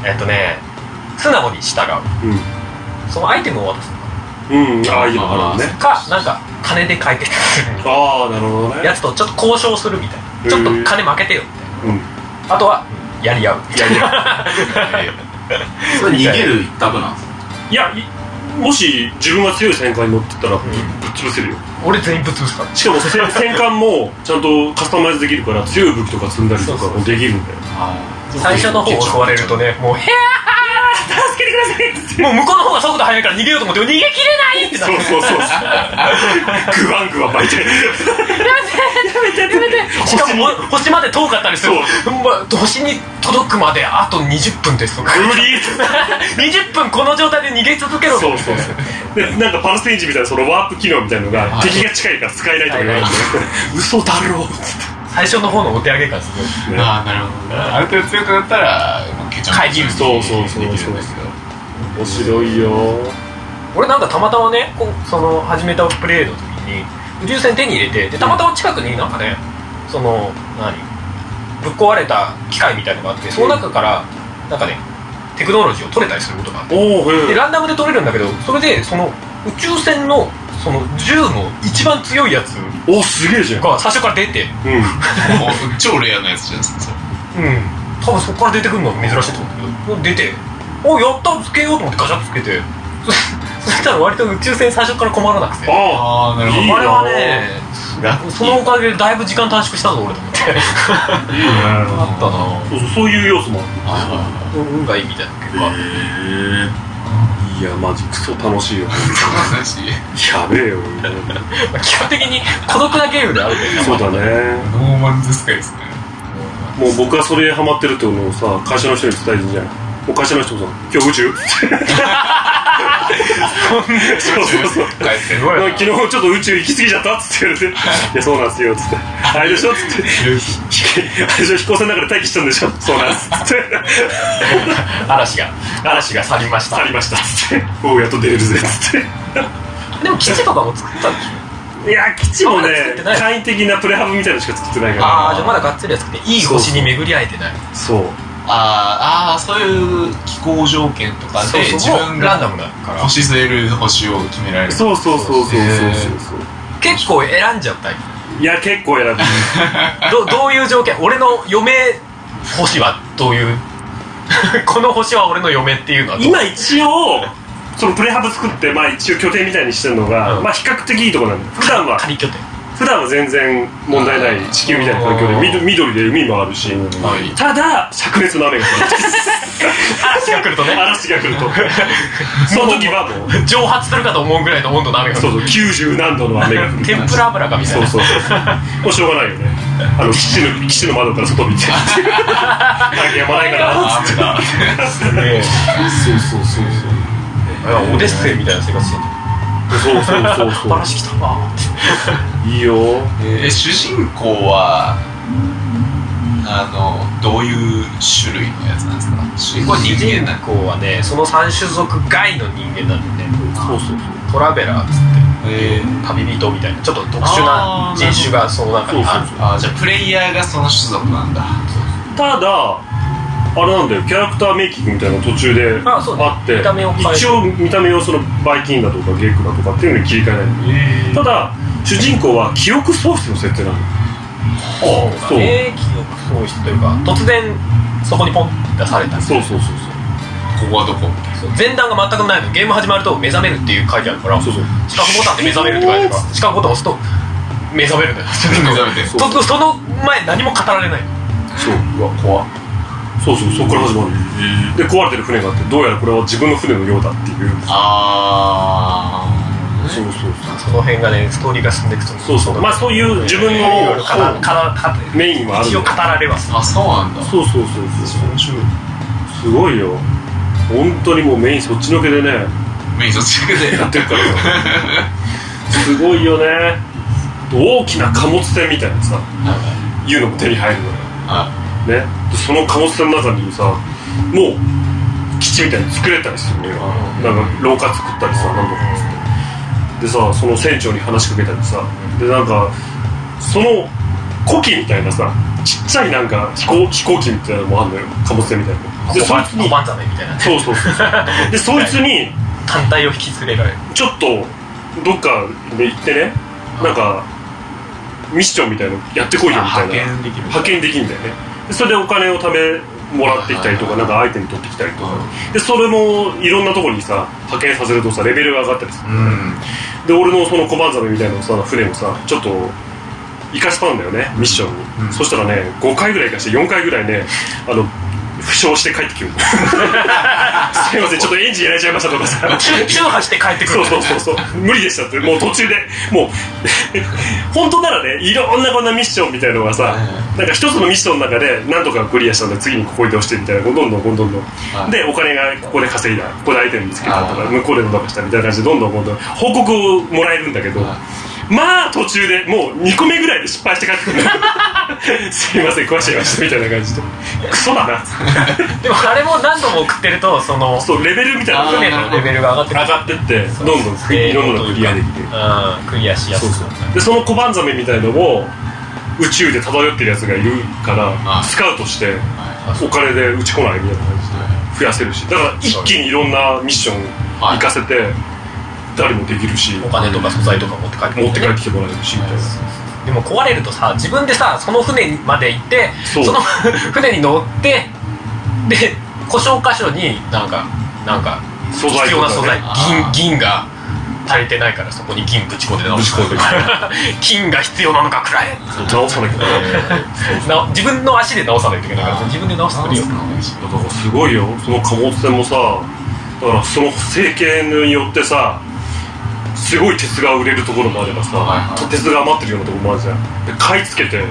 [SPEAKER 3] えっとね素直に従うそのアイテムを渡す
[SPEAKER 1] うん、うん、ああいいのあるね
[SPEAKER 3] かなんか金で解決する
[SPEAKER 1] ああなるほどね
[SPEAKER 3] やつとちょっと交渉するみたいなちょっと金負けてよみたい
[SPEAKER 1] うん
[SPEAKER 3] なあとはやり合う
[SPEAKER 1] いやい や
[SPEAKER 6] それ逃げる一択なんですか
[SPEAKER 1] いやいもし自分が強い戦艦に乗ってたらぶっ潰せるよ
[SPEAKER 3] 俺全員ぶっ潰すから
[SPEAKER 1] しかもせ戦艦もちゃんとカスタマイズできるから強い武器とか積んだりとかもできるんだよ
[SPEAKER 3] 最初の方襲われるとねもう「へ
[SPEAKER 1] 助けてください
[SPEAKER 3] えもう向こうの方が速度速いから逃げようと思って逃げきれない!」ってなっ
[SPEAKER 1] そ
[SPEAKER 3] て
[SPEAKER 1] うそうそうそうグワングワン巻いて
[SPEAKER 3] しかもお星まで遠かったりする
[SPEAKER 1] そ
[SPEAKER 3] まあ星に届くまであと20分ですと か
[SPEAKER 1] 無理
[SPEAKER 3] 20分この状態で逃げ続けろ
[SPEAKER 1] そうそうそうでなんかパルスエンジンみたいなそのワープ機能みたいなのが敵が近いから使えないとか言われて嘘だろう
[SPEAKER 3] 最初の方のお手上げ感ですね
[SPEAKER 5] ああなるほどある程度強くなったらもうケチャップ
[SPEAKER 3] 怪人
[SPEAKER 1] そうそうそうそう
[SPEAKER 5] できるんですけど
[SPEAKER 1] 面白いよ
[SPEAKER 3] 俺なんかたまたまねこうその始めたプレイの時に宇宙船手に入れてでたまたま近くになんかねその何ぶっ壊れた機械みたいのがあってその中からなんかねテクノロジーを取れたりすることがあって
[SPEAKER 1] おおへ
[SPEAKER 3] で
[SPEAKER 1] え
[SPEAKER 3] ランダムで取れるんだけどそれでその宇宙船のその銃の一番強いやつ
[SPEAKER 1] おすげえじゃん
[SPEAKER 3] が最初から出て
[SPEAKER 1] うん
[SPEAKER 5] もう超レアなやつじゃないですか
[SPEAKER 3] うん多分そこから出てくるのは珍しいと思うんだけど出て「おやったつけよう」と思ってガチャッとつけてそそしたら割と宇宙船最初から困らなくて
[SPEAKER 1] ああ
[SPEAKER 5] ああなる
[SPEAKER 1] ほどい
[SPEAKER 5] ほど
[SPEAKER 1] いな
[SPEAKER 3] あれはね
[SPEAKER 5] ラ
[SPEAKER 3] そのおかげでだいぶ時間短縮したぞ俺と思って
[SPEAKER 1] いいね
[SPEAKER 3] あったな
[SPEAKER 1] そうそうそういう要素もある
[SPEAKER 3] 運がいいみたいな 結果
[SPEAKER 6] へ
[SPEAKER 1] いやマジクソ楽しいよ やべえよ
[SPEAKER 3] 基本的に孤独なゲームであるけど
[SPEAKER 1] そうだね
[SPEAKER 5] ノーマンズスカイですね
[SPEAKER 1] もう僕がそれハマってるってことをさ会社の人に伝えるじゃんもう会社の人もさ「今日宇宙?」そうそうそう
[SPEAKER 5] 帰って
[SPEAKER 3] ごい
[SPEAKER 1] 昨日ちょっと宇宙行き過ぎちゃったっつって言われて「いやそうなんすよ」っつって「あれでしょ?」っつって「あれでしょ飛行船の中で待機したんでしょ?」そうなんすっつって
[SPEAKER 3] 嵐が嵐が去りまし
[SPEAKER 1] 「ありました」っつって「おうやっと出れるぜ」っつっ
[SPEAKER 3] でも基地とかも作ったんでしょ
[SPEAKER 1] ていや基地もね
[SPEAKER 3] そうなんですね
[SPEAKER 1] 簡易的なプレハブみたいなのしか作ってないか
[SPEAKER 3] ああじゃあまだがっつりは作っていい星に巡り合えてない
[SPEAKER 1] らそう
[SPEAKER 5] あーあーそういう気候条件とかで自
[SPEAKER 3] もう
[SPEAKER 5] 分
[SPEAKER 3] ラ
[SPEAKER 5] が
[SPEAKER 3] ンダムだから
[SPEAKER 5] 星据える星を決められる
[SPEAKER 1] そうそうそうそうそうそうそう
[SPEAKER 3] 結構選んじゃったり
[SPEAKER 1] いや結構選ぶ
[SPEAKER 3] どどういう条件俺の嫁星はどういう この星は俺の嫁っていうのはどう
[SPEAKER 1] 今一応そのプレハブ作ってまあ一応拠点みたいにしてるのが、
[SPEAKER 3] うん
[SPEAKER 1] まあ比較的いいとこなんだよ普段は
[SPEAKER 3] 仮拠点
[SPEAKER 1] 普段は全然問題ない地球みたいな環境
[SPEAKER 3] あ
[SPEAKER 1] で
[SPEAKER 3] ー
[SPEAKER 1] みど緑で海もあるし、
[SPEAKER 5] はい
[SPEAKER 1] ただ灼熱の雨が降 る
[SPEAKER 3] 嵐が来るとね
[SPEAKER 1] 嵐が来るとその時はもう
[SPEAKER 3] 蒸発するかと思うぐらいの温度の雨が
[SPEAKER 1] そうそう90何度の雨が降る
[SPEAKER 3] 天ぷら油かみたい
[SPEAKER 1] そう
[SPEAKER 3] な
[SPEAKER 1] そうそうもうしょうがないよねあの岸の岸の窓から外見て雨やまないかなっつって そうそうそう
[SPEAKER 3] オデッセイみたいな生活して
[SPEAKER 1] そうそうそう
[SPEAKER 3] た
[SPEAKER 1] そう
[SPEAKER 3] 嵐来たわ
[SPEAKER 1] いいよ
[SPEAKER 5] え主人公はあのどういう種類のやつなんですか主人公は人間なんか
[SPEAKER 3] 公はねその3種族外の人間なんでね
[SPEAKER 1] そうそうそう
[SPEAKER 3] トラベラーっつっ
[SPEAKER 5] え
[SPEAKER 3] て旅人みたいなちょっと特殊な
[SPEAKER 5] あー
[SPEAKER 3] 人種がその中にある
[SPEAKER 5] ー、あーじゃあプレイヤーがその種族なんだ
[SPEAKER 1] ただあれなんだよキャラクターメイキングみたいなの途中で
[SPEAKER 3] あそうね
[SPEAKER 1] あって
[SPEAKER 3] 見た目を変えて
[SPEAKER 1] 一応見た目をそのバイキンだとかゲイクだとかっていうのに切り替えない
[SPEAKER 5] え
[SPEAKER 1] ただ主人公は記憶喪失の設定なの
[SPEAKER 3] そう
[SPEAKER 1] う
[SPEAKER 3] だね記憶喪失というか突然そこにポンって出された
[SPEAKER 1] そうそうそうそう
[SPEAKER 5] ここはどこみたい
[SPEAKER 3] そう前段が全くないのゲーム始まると目覚めるっていう書いてあるから
[SPEAKER 1] そうそう
[SPEAKER 3] 四角ボタンで目覚めるって書いてあるから四角ボタン押すと目覚めるんだよ
[SPEAKER 5] な目覚めて
[SPEAKER 1] そう
[SPEAKER 3] とその前何も語られない
[SPEAKER 1] そう
[SPEAKER 5] うわ怖っ
[SPEAKER 1] そうそうそこから始まるで壊れてる船があってどうやらこれは自分の船のようだっていう
[SPEAKER 5] あ
[SPEAKER 1] そうそう
[SPEAKER 3] その辺がねストーリーが進んでいくと
[SPEAKER 1] そうそうそうまあそういう自分
[SPEAKER 3] いろいろ
[SPEAKER 1] の
[SPEAKER 3] 語ら
[SPEAKER 1] そ
[SPEAKER 3] 語
[SPEAKER 1] うメインはある
[SPEAKER 3] 一応語られます
[SPEAKER 5] ーあそうなんだ
[SPEAKER 1] そうそうそうそう
[SPEAKER 5] 面白い
[SPEAKER 1] すごいよ本当にもうメインそっちのけでね
[SPEAKER 5] メインそっちだけで
[SPEAKER 1] やってるからさすごいよね大きな貨物船みたいなさいうのも手に入るのよ
[SPEAKER 5] あ
[SPEAKER 1] ねでその貨物船の中にさもう基地みたいに作れたりするのよなんか廊下作ったりさなんとかっつってでさその船長に話しかけたりさでなんかその古希みたいなさちっちゃいなんか飛行飛行機みたいなのもあるのよ貨物船みたいなのでそいつ
[SPEAKER 3] 小
[SPEAKER 1] に
[SPEAKER 3] 判ざめみたいな
[SPEAKER 1] そうそうそうでそいつに
[SPEAKER 3] 単体を 引き連れられる
[SPEAKER 1] ちょっとどっかで行ってねなんかミッションみたいなのやってこいよみたいな
[SPEAKER 4] 派遣できる
[SPEAKER 1] 派遣できるんだよねでそれでお金をためもらってきたりとかなんかアイテム取ってきたりとかでそれもいろんなところにさ派遣させるとさレベルが上がったりする
[SPEAKER 4] うん
[SPEAKER 1] で俺のそのコバンザメみたいなさ船もさちょっと生かしたんだよねミッションに、
[SPEAKER 4] うん
[SPEAKER 1] そしたらね5回ぐらい生かして4回ぐらいねあの負傷して帰ってきる のすいませんちょっとエンジンやられちゃいましたとかさ
[SPEAKER 3] チューハして帰ってく
[SPEAKER 1] そ
[SPEAKER 3] る
[SPEAKER 1] うそうそうそう無理でしたってもう途中でもう本当ならねいろんなこんなミッションみたいのがさ、なんか一つのミッションの中で何とかクリアしたんで次にここ移動してみたいなどんどんどんどんどんどん、
[SPEAKER 5] い
[SPEAKER 1] でお金がここで稼いだここでアイテム見つけたと
[SPEAKER 5] は
[SPEAKER 1] か
[SPEAKER 5] い
[SPEAKER 1] 向こうでなんとかしたみたいな感じでどんどんどんどん報告をもらえるんだけど、
[SPEAKER 5] は
[SPEAKER 1] まあ途中でもう2個目ぐらいで失敗して帰ってくるすいません食わしちゃいましたみたいな感じでクソだな
[SPEAKER 3] でもあれも何度も送ってるとその
[SPEAKER 1] そうレベルみたいなのが
[SPEAKER 3] 船のレベルが上がってく
[SPEAKER 1] 上
[SPEAKER 3] る
[SPEAKER 1] がってってどんどんいろんなのがクリアできて
[SPEAKER 3] うんクリアしやす
[SPEAKER 1] そう
[SPEAKER 3] く
[SPEAKER 1] そうでそのコバンザメみたいのを宇宙で漂ってるやつがいるから
[SPEAKER 5] い
[SPEAKER 1] スカウトして
[SPEAKER 5] は
[SPEAKER 1] お金で打ち来ないみたいな感じで増やせるしだから一気にいろんなミッション
[SPEAKER 5] はい
[SPEAKER 1] 行かせて誰もできるし
[SPEAKER 3] お金とか素材とか持って帰ってくる
[SPEAKER 1] 持って帰ってきてもらえるしみたいな
[SPEAKER 3] でも壊れるとさ自分でさその船にまで行って
[SPEAKER 1] そ
[SPEAKER 3] そうの 船に乗ってで故障箇所になんかなんか
[SPEAKER 1] 素材
[SPEAKER 3] 必
[SPEAKER 1] と
[SPEAKER 3] 要
[SPEAKER 1] か
[SPEAKER 3] な素材
[SPEAKER 1] ね
[SPEAKER 5] あー
[SPEAKER 3] 銀銀が足りてないからそこに銀ぶち込んで直して
[SPEAKER 5] ぶち込んで
[SPEAKER 3] 金が必要なのかくらえ
[SPEAKER 1] 直さなきゃいけない
[SPEAKER 3] な自分の足で直さないといけないから自分で直してくれよ
[SPEAKER 1] だからすごいよその貨物船もさだからその整形によってさすごい鉄が売れるところもあればさ、
[SPEAKER 5] はいはい
[SPEAKER 1] 鉄が余ってるようなところもあるじゃんで買い付けて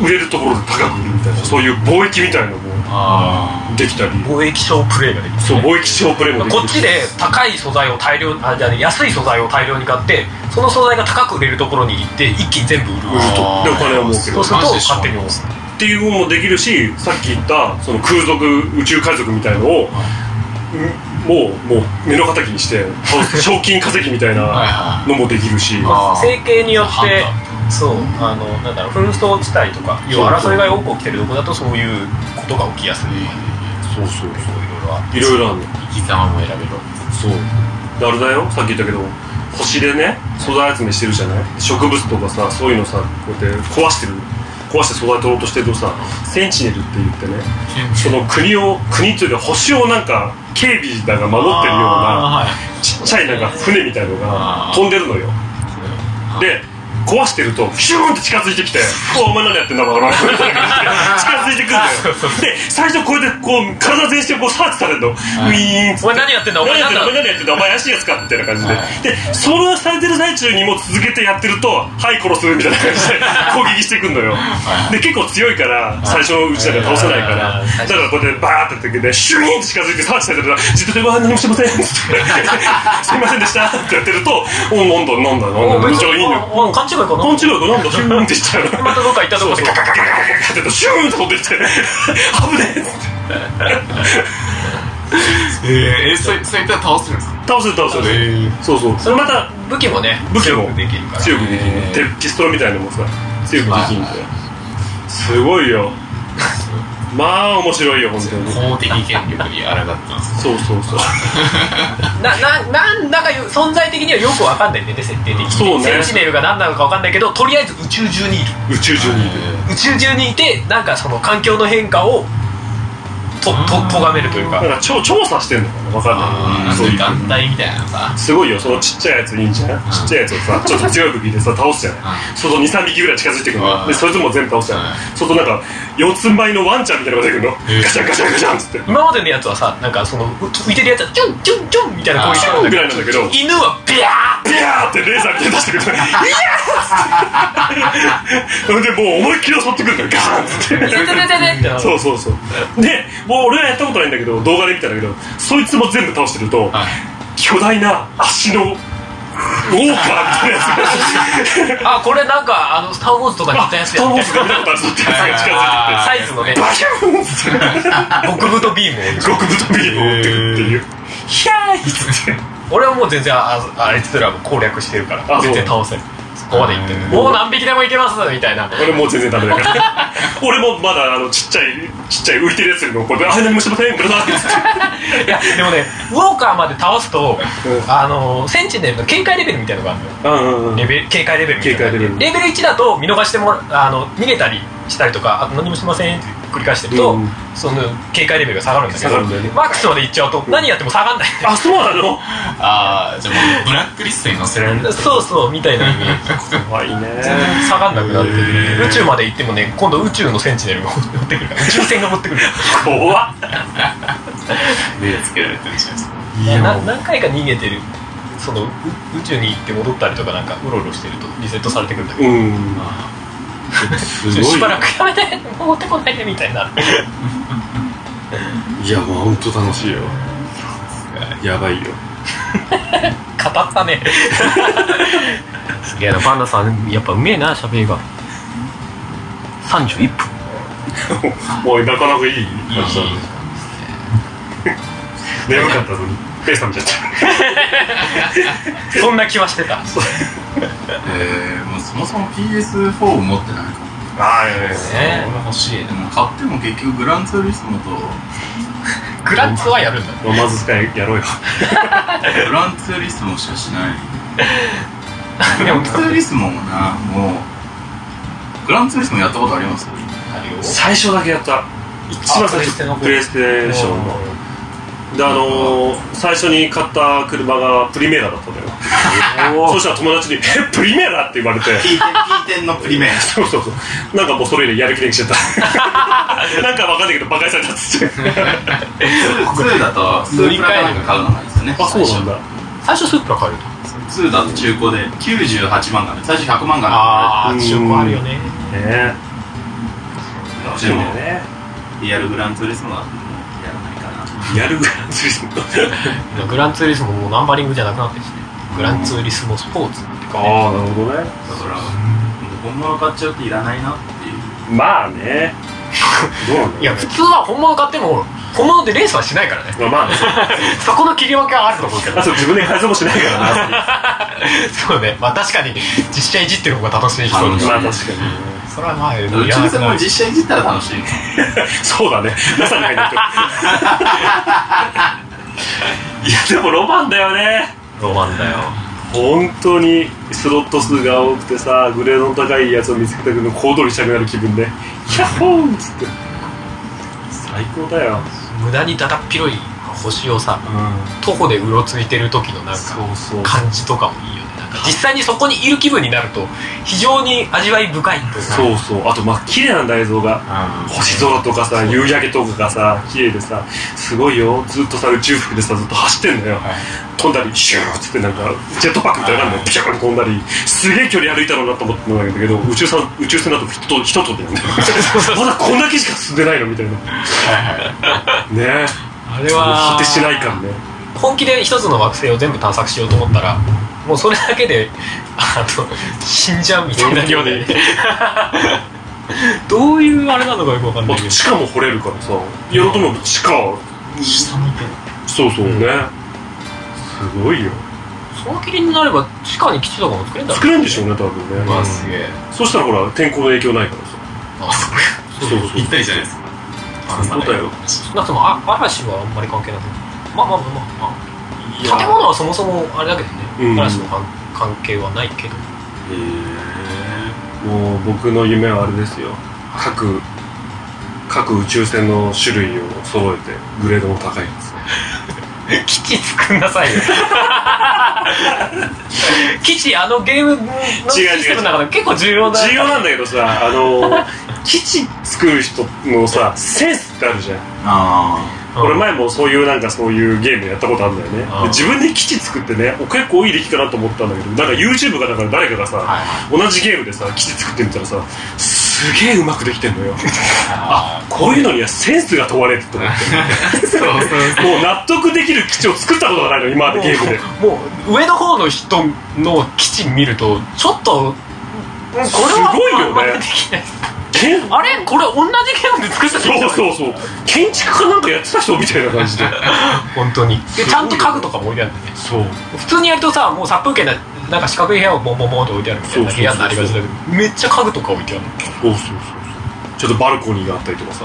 [SPEAKER 1] 売れるところで高く売るみたいなそういう貿易みたいなのも
[SPEAKER 5] あ
[SPEAKER 1] できたり
[SPEAKER 3] 貿易商プレイができる
[SPEAKER 1] そう貿易商プレーもでき
[SPEAKER 3] こ
[SPEAKER 1] た
[SPEAKER 3] っ
[SPEAKER 1] り
[SPEAKER 3] ちで高い素材を大量あじゃあね安い素材を大量に買ってその素材が高く売れるところに行って一気に全部売る
[SPEAKER 1] 売ると
[SPEAKER 5] あー
[SPEAKER 1] でお金を儲ける
[SPEAKER 3] そうすると
[SPEAKER 5] マジでしょ
[SPEAKER 3] 勝手に思う
[SPEAKER 1] っていうのもできるしさっき言ったその空賊宇宙海賊みたいのを、んもうもう目の敵に して賞金稼ぎみたい
[SPEAKER 5] あはい
[SPEAKER 1] な
[SPEAKER 5] は
[SPEAKER 1] のもできるし。
[SPEAKER 5] あー
[SPEAKER 3] 整形によって
[SPEAKER 5] 判
[SPEAKER 3] そうあのなんだろう紛争地帯とか要は争いが多く起きてるとこだとそういうことが起きやすい
[SPEAKER 1] そうそうそう
[SPEAKER 3] そういろ
[SPEAKER 1] いろい
[SPEAKER 3] いろあ
[SPEAKER 1] ろあるの
[SPEAKER 5] い生き様も選べる
[SPEAKER 1] そうであれだよさっき言ったけど星でね素材集めしてるじゃない植物とかさそういうのさこうやって壊してる壊して素材取ろうとしてるとさセンチネルって言ってねその国を国というか星をなんか警備だが守ってるような
[SPEAKER 5] あ
[SPEAKER 1] ちっちゃいなんか船みたいのが
[SPEAKER 5] あー
[SPEAKER 1] 飛んでるのよで壊してるとヒューンって近づいてきて「おお前何やってんだバカ野郎」みたいな感じで近づいてくるんだよで最初こうやってこう体全身をこうサーチされるのウィーンっつって
[SPEAKER 3] お前何やってんだお
[SPEAKER 1] 何
[SPEAKER 3] 前
[SPEAKER 1] やって
[SPEAKER 3] 何
[SPEAKER 1] んだお
[SPEAKER 3] だ
[SPEAKER 1] 前何やってんだお前怪しいやつかみたいな感じで、
[SPEAKER 5] は
[SPEAKER 1] でそれをされてる最中にも続けてやってるとはい殺すみたいな感じで攻撃してくんのよで結構強いから最初のうちだから倒せないからだからこうやってバーってやっててシュイーンって近づいてサーチされてたら実は何もしてませんっつってすいませんでしたってやってるとお飲んだ飲んだ飲んだめっちゃいいのよ
[SPEAKER 3] おお勘違いかな
[SPEAKER 1] パンチ力なんだシューンってしちゃう
[SPEAKER 3] またどっか行ったとこで
[SPEAKER 1] そうそうガガガガガガガってシューンって飛んできて危ねえっつって
[SPEAKER 5] えー、えそそいったら倒せるんですか
[SPEAKER 1] 倒せる倒せる
[SPEAKER 5] え
[SPEAKER 1] そうそうそれまた
[SPEAKER 3] 武器もね
[SPEAKER 1] 武器も
[SPEAKER 3] 強くできるから
[SPEAKER 1] 強くできる
[SPEAKER 5] へー
[SPEAKER 1] てピストルみたいなのもさ強くできるんだよすごいよまあ面白いよ本当に
[SPEAKER 5] 法的権力に抗ったんです
[SPEAKER 1] そうそうそう
[SPEAKER 3] なななんだかよ存在的にはよくわかんないんだよね設定的に
[SPEAKER 1] そうね
[SPEAKER 3] センチネルが何なのかわかんないけどとりあえず宇宙中にいる
[SPEAKER 1] 宇宙中にいる
[SPEAKER 3] 宇宙中にいてなんかその環境の変化をとととがめるという
[SPEAKER 1] だか
[SPEAKER 3] から
[SPEAKER 1] 調調査してんのかな分かん
[SPEAKER 5] あ
[SPEAKER 1] ない
[SPEAKER 5] ー
[SPEAKER 1] そういう
[SPEAKER 5] 団体みたいなのさ
[SPEAKER 1] すごいよそのちっちゃいやついいんじゃんちっちゃいやつをさちょっと強い武器でさ倒すじゃないその23匹ぐらい近づいてくるの
[SPEAKER 5] うん
[SPEAKER 1] でそいつも全部倒すじゃないそうするとなんか四つん這いのワンちゃんみたいなのが出てくるのガシャンガシャンガシャンっつって
[SPEAKER 3] 今までのやつはさなんかそのう浮いてるやつはチュンチュンチュンみたいなこういう
[SPEAKER 1] ぐらいなんだけど
[SPEAKER 3] 犬はビャ
[SPEAKER 1] ビャーってレーザーみたいに出してくるから「いやー!」っつってでもう思いっきり襲ってくるからガーンっつって
[SPEAKER 3] ーてててて て
[SPEAKER 1] そうそうそうでもう俺はやったことないんだけど動画で見たんだけどそいつも全部倒してると、巨大な足のウォーカーみたいなやつが
[SPEAKER 3] あこれなんかあの「スター・ウォーズ」とかに似たや
[SPEAKER 1] あ
[SPEAKER 3] つ
[SPEAKER 1] スター・
[SPEAKER 3] や
[SPEAKER 1] ウォーズが見たことあるぞってやつが近づいて
[SPEAKER 3] サイズのね
[SPEAKER 1] きてバシャーンっつって
[SPEAKER 3] 極太ビームを
[SPEAKER 1] 極太ビームを持ってくるっていうヒャーイっつって
[SPEAKER 3] 俺はもう全然ああいつらも攻略してるか
[SPEAKER 1] あそ
[SPEAKER 3] ら
[SPEAKER 1] う
[SPEAKER 3] 全然倒せる
[SPEAKER 4] ここまで行ってるもう何匹でもいけます みたいな
[SPEAKER 1] 俺もう全然ダメだから俺もまだあのちっちゃいちっちゃい浮いてるやつにこれであれ何もしてませんブラザーって
[SPEAKER 3] いやでもねウォーカーまで倒すと
[SPEAKER 1] うん
[SPEAKER 3] あのセンチネルの警戒レベルみたいなのがあるの
[SPEAKER 1] う
[SPEAKER 3] よ
[SPEAKER 1] んうんうん
[SPEAKER 3] レベル警戒レベルみたいな
[SPEAKER 1] 警戒レベル
[SPEAKER 3] レベル1だと見逃してもらあの逃げたりしたりとかあと何もしてませんって繰り返してると、
[SPEAKER 1] うん
[SPEAKER 3] その警戒レベルが下がるんだけ
[SPEAKER 1] 下
[SPEAKER 3] ど
[SPEAKER 1] がるんだよね
[SPEAKER 3] マックスまで行っちゃうと何やっても 下がんない、
[SPEAKER 1] あそうなの
[SPEAKER 5] ああじゃあもうブラックリストに載せられる
[SPEAKER 3] そうそうみたいなイメージ
[SPEAKER 1] 怖いね
[SPEAKER 3] 下がんなくなって
[SPEAKER 5] へー
[SPEAKER 3] 宇宙まで行ってもね今度宇宙のセンチネルが追ってくる から宇宙船が追ってくるか
[SPEAKER 1] 怖っ
[SPEAKER 5] 目つけられてるじゃないですから
[SPEAKER 3] な何回か逃げてるそのう宇宙に行って戻ったりとかなんかうろうろしてるとリセットされてくるんだけど、
[SPEAKER 1] うん
[SPEAKER 6] す
[SPEAKER 3] しばら
[SPEAKER 6] い
[SPEAKER 3] くやめて戻ってこないでみたいな
[SPEAKER 6] やもう本当楽しいよやばいよ
[SPEAKER 3] 語ったね いやパンダさんやっぱうめえな喋りが31分
[SPEAKER 1] おいなかなかいい感じだね眠かったのにペース冷めちゃっ
[SPEAKER 3] そんな気はしてた
[SPEAKER 6] えー、もうそもそも PS4 を持ってないか
[SPEAKER 1] たああいやいやいや
[SPEAKER 6] ら俺欲しいでも買っても結局グランツーリスモと
[SPEAKER 3] グランツはやるんだ
[SPEAKER 1] まあまず使いやろうよ
[SPEAKER 6] グランツーリスモしかしないグランツーリスモもなもうグランツーリスモやったことあります
[SPEAKER 1] 最初だけやった一番最初プ
[SPEAKER 3] プ
[SPEAKER 1] レイ
[SPEAKER 3] レ
[SPEAKER 1] ステーションのであのー、最初に買った車がプリメーラだったのよそしたら友達に「えプリメーラ?」って言われて
[SPEAKER 6] P 点のプリメー
[SPEAKER 1] そうそうそうなんかもうそれ以来やる気なくしちゃった なんかわかんないけど馬鹿にされたっつって
[SPEAKER 6] 2だとスープラかなんか買うのがいいですよね
[SPEAKER 1] あそうなんだ
[SPEAKER 3] 最初スープラ買えると
[SPEAKER 6] 最初2だと中古で98万がね最初100万が
[SPEAKER 1] ー
[SPEAKER 3] 中古あるよね
[SPEAKER 1] ね
[SPEAKER 6] ね
[SPEAKER 1] え
[SPEAKER 6] でも
[SPEAKER 1] ね
[SPEAKER 6] リアルグランツーリスモはもうやらないかな
[SPEAKER 1] やるぐらいの釣り
[SPEAKER 3] グランツーリスモもナンバリングじゃなくなってるしねグランツーリスモスポーツって
[SPEAKER 1] あ
[SPEAKER 3] か
[SPEAKER 1] あなるほどね
[SPEAKER 6] だから本物買っちゃうといらないなっていう
[SPEAKER 1] まあねどうなんだろうね
[SPEAKER 3] いや普通は本物買っても本物でレースはしないから ね
[SPEAKER 1] まあまあね
[SPEAKER 3] そこの切り分けはあると思う けど
[SPEAKER 1] あそう自分で改造もしないからな
[SPEAKER 3] そうねまあ確かに実写いじってる方が楽しい人
[SPEAKER 6] 楽しい
[SPEAKER 1] まあ確かに
[SPEAKER 3] それはまあ
[SPEAKER 6] 宇宙船も実写いじったら楽しいね
[SPEAKER 1] そうだね NASA に入ってる いやでもロマンだよね
[SPEAKER 3] ロマンだよ
[SPEAKER 1] 本当にスロット数が多くてさグレードの高いやつを見つけたけど小躍りしたくなる気分で「ヤッホー!」っつって最高だよ
[SPEAKER 3] 無駄にだだっ広い星をさ
[SPEAKER 1] うん
[SPEAKER 3] 徒歩でうろついてる時のなんか
[SPEAKER 1] そうそう
[SPEAKER 3] 感じとかもいいよねなんか実際にそこにいる気分になると非常に味わい深いというか
[SPEAKER 1] そうそうあとまあ綺麗なんだ映像が星空とかさ夕焼けとかがさ綺麗でさすごいよずっとさ宇宙服でさずっと走ってんだよ、飛んだりシューっつってなんかジェットパックみたいなのがピシャーン飛んだりすげえ距離歩いたろうなと思ったんだけど宇宙さん宇宙船だと人と人とだよねまだこんだけしか進んでないのみたいなねえ
[SPEAKER 3] あれ
[SPEAKER 1] 果
[SPEAKER 3] は
[SPEAKER 1] てしない感ね
[SPEAKER 3] 本気で一つの惑星を全部探索しようと思ったらもうそれだけであの死んじゃうみたいな量でどういうあれなのかよくわかん
[SPEAKER 1] あ
[SPEAKER 3] ない
[SPEAKER 1] と
[SPEAKER 3] けど
[SPEAKER 1] 地下も掘れるからさやろうと思えば地下
[SPEAKER 6] 下見て
[SPEAKER 1] そうそうね、すごいよ
[SPEAKER 3] その気になれば地下に基地とかも作れんだろ
[SPEAKER 1] 作れるんでしょうね多分ね、
[SPEAKER 4] まあすげえ
[SPEAKER 1] そしたらほら天候の影響ないからさ
[SPEAKER 3] あそ
[SPEAKER 1] そうそうそう
[SPEAKER 5] ぴったりじゃないですか
[SPEAKER 1] そうだよ
[SPEAKER 3] 少なくともあ嵐はあんまり関係なくまあまあまあまあ、
[SPEAKER 1] いや
[SPEAKER 3] 建物はそもそもあれだけどね、
[SPEAKER 1] うん
[SPEAKER 3] 嵐の関関係はないけど
[SPEAKER 1] もう僕の夢はあれですよ各各宇宙船の種類を揃えてグレードの高いやつ
[SPEAKER 3] 基地作んなさい よ基地あのゲームのシステムの中でも結構重要だ
[SPEAKER 1] 重要なんだけどさあの基地作る人のさセンスってあるじゃん、
[SPEAKER 6] あ
[SPEAKER 1] 俺前もそういうなんかそういうゲームやったことあるんだよね
[SPEAKER 3] あー
[SPEAKER 1] で自分で基地作ってねお結構いい出来かなと思ったんだけどなんか YouTube かなんかで誰かがさ、同じゲームでさ基地作ってみたらさすげえうまくできてん のよあこういうのにはセンスが問われると思って もう納得できる基地を作ったことがないの今までゲームで
[SPEAKER 3] もう上の方の人の基地見るとちょっとこれ
[SPEAKER 1] すごいよね
[SPEAKER 3] できない
[SPEAKER 1] けん
[SPEAKER 3] あれこれ同じゲームで作った
[SPEAKER 1] そうそうそう建築家なんかやってた人みたいな感じで
[SPEAKER 3] 本当にでちゃんと家具とかも置いてあるんだね
[SPEAKER 1] そう
[SPEAKER 3] 普通にやるとさもう殺風景ななんか四角い部屋をボンボンボンって置いてあるみたいな
[SPEAKER 1] そうそうそうそう
[SPEAKER 3] 部屋になりがちだけどめっちゃ家具とか置いてある
[SPEAKER 1] そうそうそうちょっとバルコニーがあったりとかさ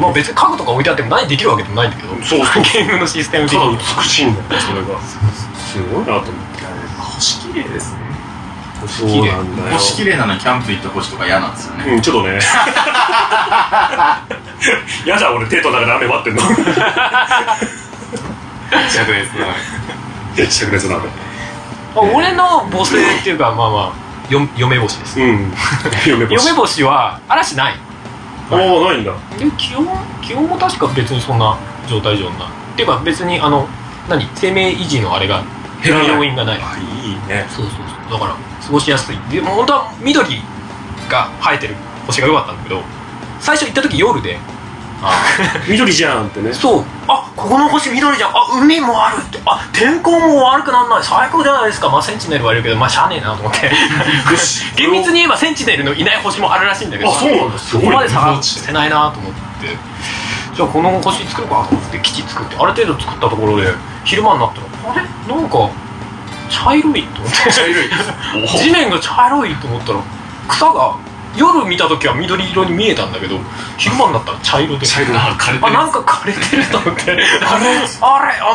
[SPEAKER 3] まあ別に家具とか置いてあっても何できるわけでもないんだけど
[SPEAKER 1] そうそう
[SPEAKER 3] ゲームのシステム的
[SPEAKER 1] ただ
[SPEAKER 3] に
[SPEAKER 1] 美しいんだよそれがすごいなと思って
[SPEAKER 6] 星綺麗ですね
[SPEAKER 1] そう
[SPEAKER 3] 綺麗
[SPEAKER 1] なんだよ
[SPEAKER 6] 星綺麗なのにキャンプ行った星とか嫌なんですよね
[SPEAKER 1] うんちょっ とねやだ俺テントの中で雨待ってんの
[SPEAKER 4] 尺ですね
[SPEAKER 1] 灼熱な雨
[SPEAKER 3] まあ俺の母性っていうかまあまあよ嫁星です
[SPEAKER 1] うん嫁
[SPEAKER 3] 嫁
[SPEAKER 1] 星
[SPEAKER 3] 星は嵐ない
[SPEAKER 1] ああないんだ
[SPEAKER 3] で気温気温も確か別にそんな状態上なっていうか別にあの何生命維持のあれが減る要因がない
[SPEAKER 1] あいいね
[SPEAKER 3] そうそうそうだから過ごしやすいでもう本当は緑が生えてる星が良かったんだけど最初行った時夜で
[SPEAKER 1] 緑じゃん ってね
[SPEAKER 3] そうあここの星緑じゃんあ海もあるってあ天候も悪くなんない最高じゃないですかまあセンチネルはいるけどまあしゃあねえなと思って厳密に言えばセンチネルのいない星もあるらしいんだけど
[SPEAKER 1] あそうなんだす
[SPEAKER 3] そ
[SPEAKER 1] ごい
[SPEAKER 3] こまで
[SPEAKER 1] ね
[SPEAKER 3] 探してないなと思ってじゃあこの星作るかと思って基地作ってある程度作ったところで昼間になったらあれなんか茶色いと思って地面が茶色いと思ったら草が夜見た時は緑色に見えたんだけど昼間になったら茶色で
[SPEAKER 4] あ枯れて
[SPEAKER 3] あ
[SPEAKER 4] る
[SPEAKER 3] なんか枯れてると思ってあれあれ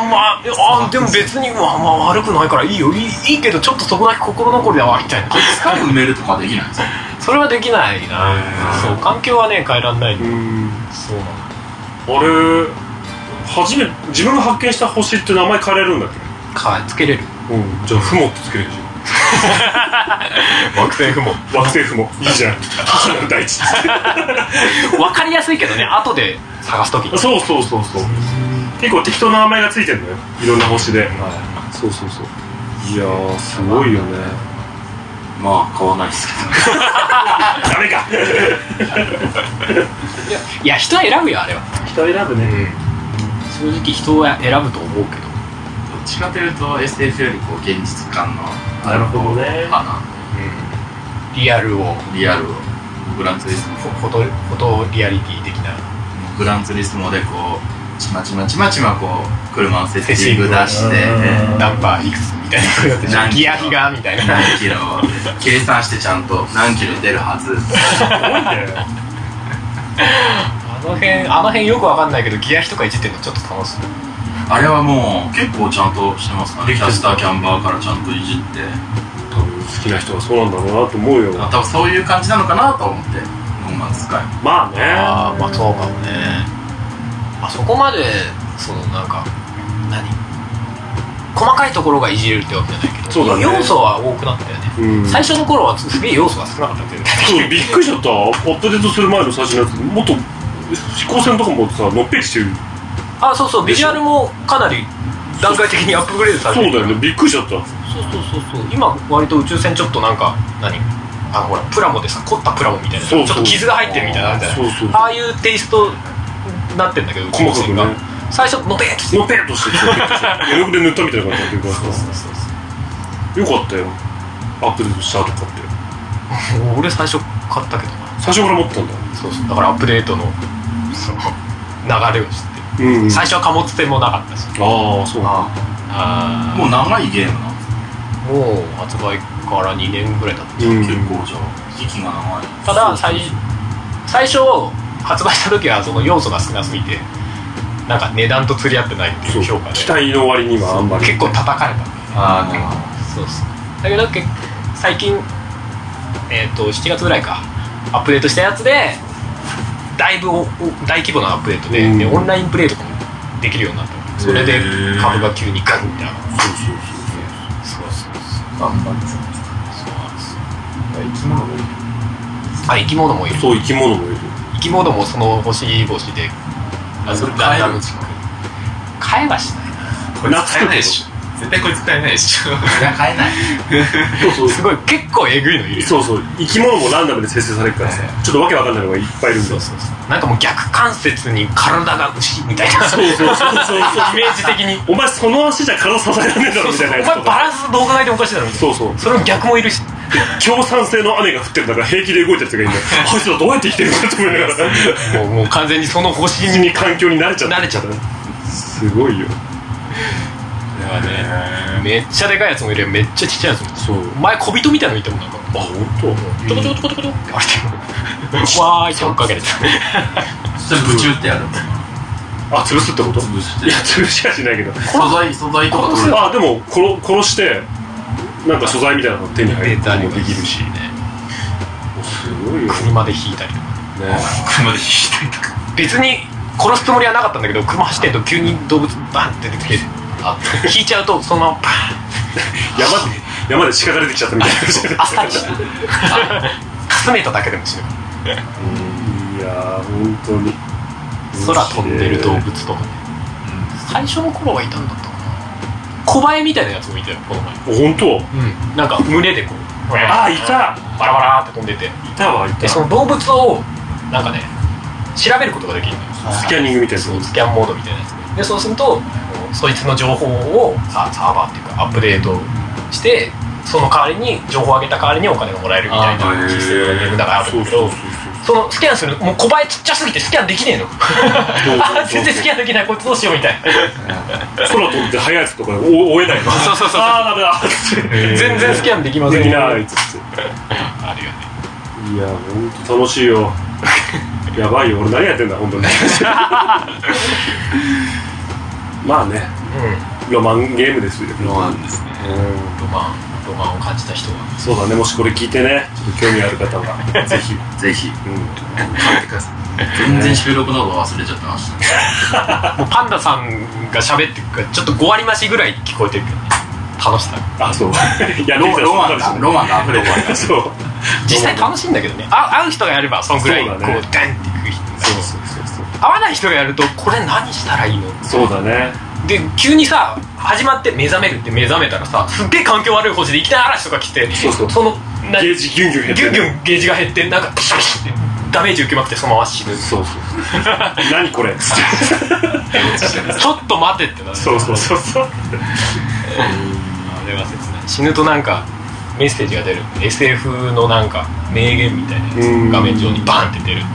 [SPEAKER 3] あんまあでも別にまあまあ悪くないからいいよいいいいけどちょっとそこだけ心残りだわみたいな
[SPEAKER 6] 草埋めるとかできないんですよ
[SPEAKER 3] それはできないなそう環境はね変えらんないん
[SPEAKER 1] う
[SPEAKER 3] で
[SPEAKER 1] ん
[SPEAKER 3] そうな
[SPEAKER 1] あ
[SPEAKER 3] の
[SPEAKER 1] れ初め自分が発見した星って名前変えれるんだっけ
[SPEAKER 3] かつけれる
[SPEAKER 1] うんじゃあ雲ってつけれるじゃん
[SPEAKER 3] 惑星雲
[SPEAKER 1] 惑星雲いいじ ゃん母の大地
[SPEAKER 3] 分かりやすいけどね後で探す時に
[SPEAKER 1] そうそうそうそう結構適当な名前がついてるのよいろんな星で、そうそうそういやーすごいよね
[SPEAKER 6] まあ買わないですけど
[SPEAKER 1] ダメか
[SPEAKER 3] いや人は選ぶよあれは
[SPEAKER 1] 人選ぶね
[SPEAKER 3] 正直人は選ぶと思うけど
[SPEAKER 6] どっちかというと SF よりこう現実感の
[SPEAKER 1] なるほどね
[SPEAKER 6] かな
[SPEAKER 3] リアルを
[SPEAKER 6] リアルをグランツーリスモ
[SPEAKER 3] フォフォトフォトリアリティ的な
[SPEAKER 6] グランツーリスモでこうちまちまちまちまこう車のセッティング出して
[SPEAKER 1] うん
[SPEAKER 3] ナンバーいくつみたいなこうやって
[SPEAKER 6] 何
[SPEAKER 3] ギア比がみたいな
[SPEAKER 6] 何キロを計算してちゃんと何キロ出るはず
[SPEAKER 3] あの辺あの辺よくわかんないけどギア比とかいじってんのちょっと楽しい
[SPEAKER 6] あれはもう結構ちゃんとしてますからねキャスターキャンバーからちゃんといじって
[SPEAKER 1] 多分好きな人はそうなんだろうなと思うよ
[SPEAKER 6] 多分そういう感じなのかなと思ってノンマンズ使い
[SPEAKER 1] まあね
[SPEAKER 3] ああまあそうかもねあそこまでそのなんか何細かいところがいじれるってわけじゃないけど
[SPEAKER 1] そうだね
[SPEAKER 3] 要素は多くなったよね
[SPEAKER 1] うん
[SPEAKER 3] 最初の頃はすげえ要素が少なかったけど
[SPEAKER 1] うんびっくりしちゃったアップデートする前の最初のやつもっと飛行船とかもさのっぺりしてる
[SPEAKER 3] あそうそうビジュアルもかなり段階的にアップグレードさ
[SPEAKER 1] そう
[SPEAKER 3] れて
[SPEAKER 1] だ
[SPEAKER 3] る
[SPEAKER 1] よねびっくりしちゃった
[SPEAKER 3] そうそうそうそう今割と宇宙船ちょっとなんか何あのほらプラモでさ凝ったプラモみたいな
[SPEAKER 1] そうそう
[SPEAKER 3] ちょっと傷が入ってるみたいなのあるじゃない
[SPEAKER 1] そうそう
[SPEAKER 3] ああいうテイストになってんだけど宇宙
[SPEAKER 1] 細かく
[SPEAKER 3] 船
[SPEAKER 1] ね
[SPEAKER 3] が、最初のべーっとして
[SPEAKER 1] のっぺりと してる絵の具で塗ったみたいな感じだったけど
[SPEAKER 3] そうそうそうそう
[SPEAKER 1] よかったよアップデートしたとかって
[SPEAKER 3] 俺最初買ったけどな
[SPEAKER 1] 最初から持ってたんだ
[SPEAKER 3] そうそうだからアップデートのその流れを知って
[SPEAKER 1] うん、
[SPEAKER 3] 最初は貨物船もなかったし
[SPEAKER 1] ああそうなんだ
[SPEAKER 3] あ
[SPEAKER 6] もう長いゲームなんですよ
[SPEAKER 3] もうもう発売から2年ぐらい経っ
[SPEAKER 1] う
[SPEAKER 3] て
[SPEAKER 1] ん
[SPEAKER 6] 結構じゃあ時期が長い
[SPEAKER 3] ただ最最初発売した時はその要素が少なすぎてなんか値段と釣り合ってないっていう
[SPEAKER 1] そ
[SPEAKER 3] 評
[SPEAKER 1] う
[SPEAKER 3] 価で
[SPEAKER 1] 期待の割にはあんまり
[SPEAKER 3] 結構叩かれた
[SPEAKER 6] ああなるほ
[SPEAKER 3] そう
[SPEAKER 6] ど
[SPEAKER 3] そうだけど結最近えっ、と7月ぐらいかアップデートしたやつでだいぶおお大規模なアップデートで,、
[SPEAKER 1] うん
[SPEAKER 3] でオンラインプレイとかもできるようになったそれで株が急にガンって上がった
[SPEAKER 1] そうそう
[SPEAKER 3] そうそうそう
[SPEAKER 6] 頑張って
[SPEAKER 3] そうなんですよ
[SPEAKER 6] 生き物がいる
[SPEAKER 3] あ生き物もいる
[SPEAKER 1] そうそう生き物もいる
[SPEAKER 3] 生き物もその星々であ
[SPEAKER 6] それ
[SPEAKER 3] だんだん
[SPEAKER 6] 飼え
[SPEAKER 3] 飼
[SPEAKER 6] る
[SPEAKER 3] えはしない
[SPEAKER 5] これ使えないでしょ絶対これ使えないでしょ
[SPEAKER 6] それは買えない
[SPEAKER 1] そう
[SPEAKER 3] すごい結構えぐいのいるよ
[SPEAKER 1] そうそう生き物もランダムで生成されるからさちょっとわけわかんないのがいっぱいいるんだよ
[SPEAKER 3] そうそうそうなんかもう逆関節に体が牛みたいな
[SPEAKER 1] そうそうそうそう
[SPEAKER 3] イメージ的に
[SPEAKER 1] お前その足じゃ体支えられねえだろみたいな
[SPEAKER 3] お
[SPEAKER 1] や
[SPEAKER 3] 前
[SPEAKER 1] つと
[SPEAKER 3] バ
[SPEAKER 1] か
[SPEAKER 3] ランスどう考えてもおかしいだろみたいな
[SPEAKER 1] そうそう
[SPEAKER 3] それの逆もいるし
[SPEAKER 1] 強酸性の雨が降ってるんだから平気で動いてるやつがいるんだよ あいつらどうやって生きてるんだと思いなが ら
[SPEAKER 3] もうもう完全にその星
[SPEAKER 1] 地
[SPEAKER 3] に
[SPEAKER 1] に環境に慣れちゃった
[SPEAKER 3] 慣れちゃった
[SPEAKER 1] すごいよ
[SPEAKER 3] いがねめっちゃでかいやつもいればめっちゃちっちゃいやつもいる
[SPEAKER 7] そう
[SPEAKER 3] 前小人みたいなのいたもんなんか
[SPEAKER 1] あ本
[SPEAKER 3] ちょこちょこちょこちょこちょこ ってあれでわーいって追っかけてた
[SPEAKER 6] それブチュってやる
[SPEAKER 1] 当あ潰すってこと
[SPEAKER 6] 潰して
[SPEAKER 1] いや潰しはしないけど
[SPEAKER 6] 素材素材とか取る
[SPEAKER 1] あでも殺殺してなんか素材みたいなの手に入ることもできるしすごいよね
[SPEAKER 3] 車で引いたりとか
[SPEAKER 6] 車で引いたりとか
[SPEAKER 3] 別に殺すつもりはなかったんだけど車走ってると急に動物バンって出てきて引いちゃうとそのままバ
[SPEAKER 1] 山で山で鹿が出てきちゃったみたいな感じ
[SPEAKER 3] ーンあっ さりしてかすめただけでも死ぬ
[SPEAKER 1] いやー本当に
[SPEAKER 3] 空飛んでる動物とかね最初の頃はいたんだったかな小バエみたいなやつもいたよこの前
[SPEAKER 1] お本当
[SPEAKER 3] うんなんか胸でこう
[SPEAKER 1] あいた
[SPEAKER 3] バラバラって飛んでて
[SPEAKER 1] いたわいた
[SPEAKER 3] でその動物をなんかね調べることができるのよ
[SPEAKER 1] スキャニングみたいな
[SPEAKER 3] そうスキャンモードみたいなやつででそうするとそいつの情報をササーバーっていうかアップデートしてその代わりに情報を上げた代わりにお金がもらえるみたい
[SPEAKER 6] あーへ
[SPEAKER 3] な
[SPEAKER 6] ー
[SPEAKER 3] システムがゲームだからあるんだけ
[SPEAKER 1] そう
[SPEAKER 3] ど
[SPEAKER 1] そう
[SPEAKER 3] そのスキャンするもう小林ちっちゃすぎてスキャンできねえの あー 全然スキャンできないこいつどうしようみたいな
[SPEAKER 1] 空飛んで速いやつとかお追えないの
[SPEAKER 3] そうそうそう
[SPEAKER 1] ああダメだっ
[SPEAKER 3] 全然スキャンできま
[SPEAKER 1] て
[SPEAKER 3] せん
[SPEAKER 1] できないっつっ
[SPEAKER 3] あるよ
[SPEAKER 1] て
[SPEAKER 3] ね
[SPEAKER 1] いや本当楽しいよやばいよ俺何やってんだ本当にまあねロマンゲームですよ
[SPEAKER 6] ロマンですね
[SPEAKER 1] うん
[SPEAKER 3] うんロマンロマンを感じた人は
[SPEAKER 1] そうだねもしこれ聞いてねちょっと興味ある方はぜひ、う
[SPEAKER 6] ぜひ
[SPEAKER 1] ん、
[SPEAKER 6] 買ってください全然収録など忘れちゃってま した
[SPEAKER 3] もうパンダさんが喋ってくからちょっと5割増しぐらい聞こえてるけどね楽しさ
[SPEAKER 1] あそうやって
[SPEAKER 6] ロ
[SPEAKER 1] きた
[SPEAKER 6] ロマ
[SPEAKER 1] だ
[SPEAKER 6] ンがロマンが溢 れてる
[SPEAKER 1] そう
[SPEAKER 3] 実際楽しいんだけどねあ会う人がやればそんぐらいこ
[SPEAKER 1] そうう
[SPEAKER 3] ガ
[SPEAKER 1] だね
[SPEAKER 3] ンっていく人が
[SPEAKER 1] そうそうそうそう
[SPEAKER 3] 会わない人がやるとこれ何したらいいの
[SPEAKER 1] そうだね
[SPEAKER 3] で急にさ始まって目覚めるって目覚めたらさすっげえ環境悪い星でいきなり嵐とか来て
[SPEAKER 1] そうそう
[SPEAKER 3] のな
[SPEAKER 1] ゲ
[SPEAKER 3] ギ
[SPEAKER 1] ージギュンギュン減って
[SPEAKER 3] ュンギュンゲージが減ってなんかピシャピシャってダメージ受けまくってそのまま死ぬ
[SPEAKER 1] そうそう何これつって
[SPEAKER 3] ちょっと待てってなる
[SPEAKER 1] そうそうそうそう
[SPEAKER 3] あれは切ない死ぬとなんかメッセージが出る SF のなんか名言みたいなや
[SPEAKER 1] うん
[SPEAKER 3] つ画面上にバンって出る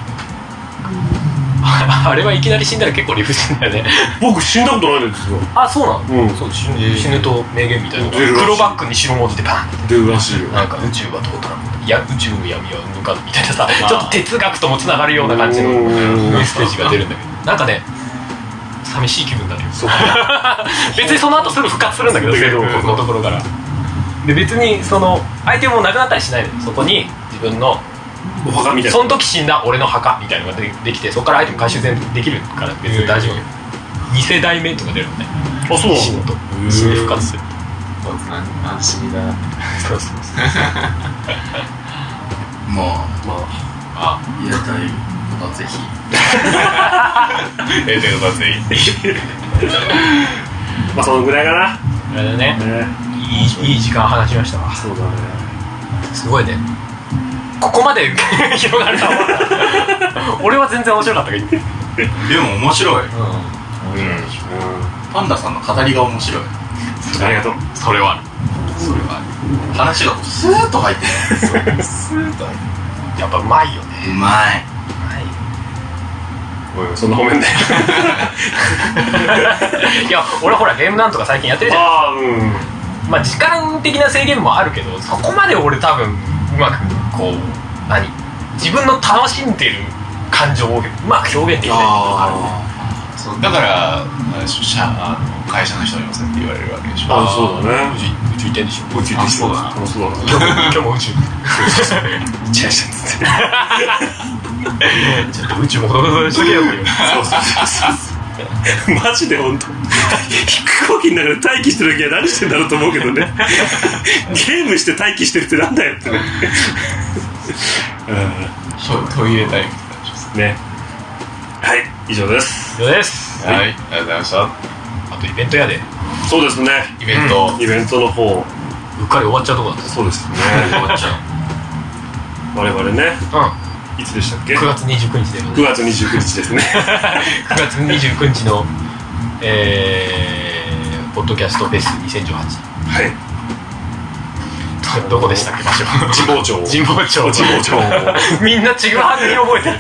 [SPEAKER 3] ああれはいきなり死んだら結構理不尽だよね
[SPEAKER 1] 僕死んだことないんですよ
[SPEAKER 3] あそうな
[SPEAKER 1] うん
[SPEAKER 3] そう死ぬ死ぬと名言みたいなのが
[SPEAKER 1] 出るらしい
[SPEAKER 3] 黒バッグに白文字でバンっ
[SPEAKER 1] 出
[SPEAKER 3] て
[SPEAKER 1] るらしいよ
[SPEAKER 3] なんか宇宙はどうだろういや宇宙の闇は抜かぬみたいなさちょっと哲学ともつながるような感じの
[SPEAKER 1] うん
[SPEAKER 3] メッセージが出るんだけどなんかね寂しい気分になるよ
[SPEAKER 1] そう
[SPEAKER 3] 別にその後すぐ復活するんだけど
[SPEAKER 1] だけど
[SPEAKER 3] セブンのところからで別にそのアイテムもなくなったりしないのそこに自分の
[SPEAKER 1] お墓みたいな
[SPEAKER 3] その時死んだ俺の墓みたいなのがでできてそこからアイテム回収全部できるから別に大丈夫2世代目とか出るのね
[SPEAKER 1] あそう
[SPEAKER 3] 死ぬと死んで復活する
[SPEAKER 5] 安心だ
[SPEAKER 3] そうそうそう
[SPEAKER 1] ま
[SPEAKER 6] もう
[SPEAKER 1] あ
[SPEAKER 3] あ
[SPEAKER 6] 言いたいことはぜひ
[SPEAKER 3] ええということで
[SPEAKER 1] まあそのぐらいか
[SPEAKER 3] あれだね
[SPEAKER 1] なね
[SPEAKER 3] いいいい時間話しましたわ
[SPEAKER 1] そうだね
[SPEAKER 3] すごいねここまで 広がるとは思わなかった俺は全然面白かったけど
[SPEAKER 6] でも面白い
[SPEAKER 1] うん
[SPEAKER 6] パンダさんの語りが面白い
[SPEAKER 1] ありがとう
[SPEAKER 3] それは
[SPEAKER 6] それは話がスーッと入ってるスーッと入っ
[SPEAKER 3] やっぱうまいよね
[SPEAKER 6] てうまい
[SPEAKER 1] そんな褒めんだよ
[SPEAKER 3] いや俺ほらゲームなんとか最近やってるじゃ ん
[SPEAKER 1] ああうん
[SPEAKER 3] まあ時間的な制限もあるけどそこまで俺多分うまくこう何自分の楽しんでる感情をうまく表現できないあ
[SPEAKER 5] そうだからあれでしょ社あの会社の人にもそうやって言われるわけでしょ
[SPEAKER 1] あそうだね
[SPEAKER 3] 宇宙行ってんでしょ宇宙
[SPEAKER 5] あそうだな
[SPEAKER 1] 楽しそうだな
[SPEAKER 3] 今日も今日も宇 宙
[SPEAKER 5] チラシつって
[SPEAKER 3] ちょっと宇宙もほどほどにしとけよっていう
[SPEAKER 1] そうそうそうそうマジで本当飛行機の中で待機してる時は何してんだろうと思うけどねゲームして待機してるってなんだよってね
[SPEAKER 5] トイレタイムって感じです
[SPEAKER 1] うんねはい以上です
[SPEAKER 3] 以上です
[SPEAKER 5] はい、ありがとうございました
[SPEAKER 3] あとイベントやで
[SPEAKER 1] そうですね
[SPEAKER 5] イベント、
[SPEAKER 1] イベントの方
[SPEAKER 3] うっかり終わっちゃうとこだった
[SPEAKER 1] そうですね
[SPEAKER 3] 終わっちゃ
[SPEAKER 1] 我々ね
[SPEAKER 3] う
[SPEAKER 1] いつでしたっけ
[SPEAKER 3] うん9
[SPEAKER 1] 9
[SPEAKER 3] 月29日でございま
[SPEAKER 1] 月29日 ですね
[SPEAKER 3] す9月29日のえーポッドキャストフェス2018
[SPEAKER 1] はい
[SPEAKER 3] どこでしたっけ場所
[SPEAKER 1] 神保町
[SPEAKER 3] 神保町
[SPEAKER 1] 神保町
[SPEAKER 3] みんなちぐはぐに覚えてる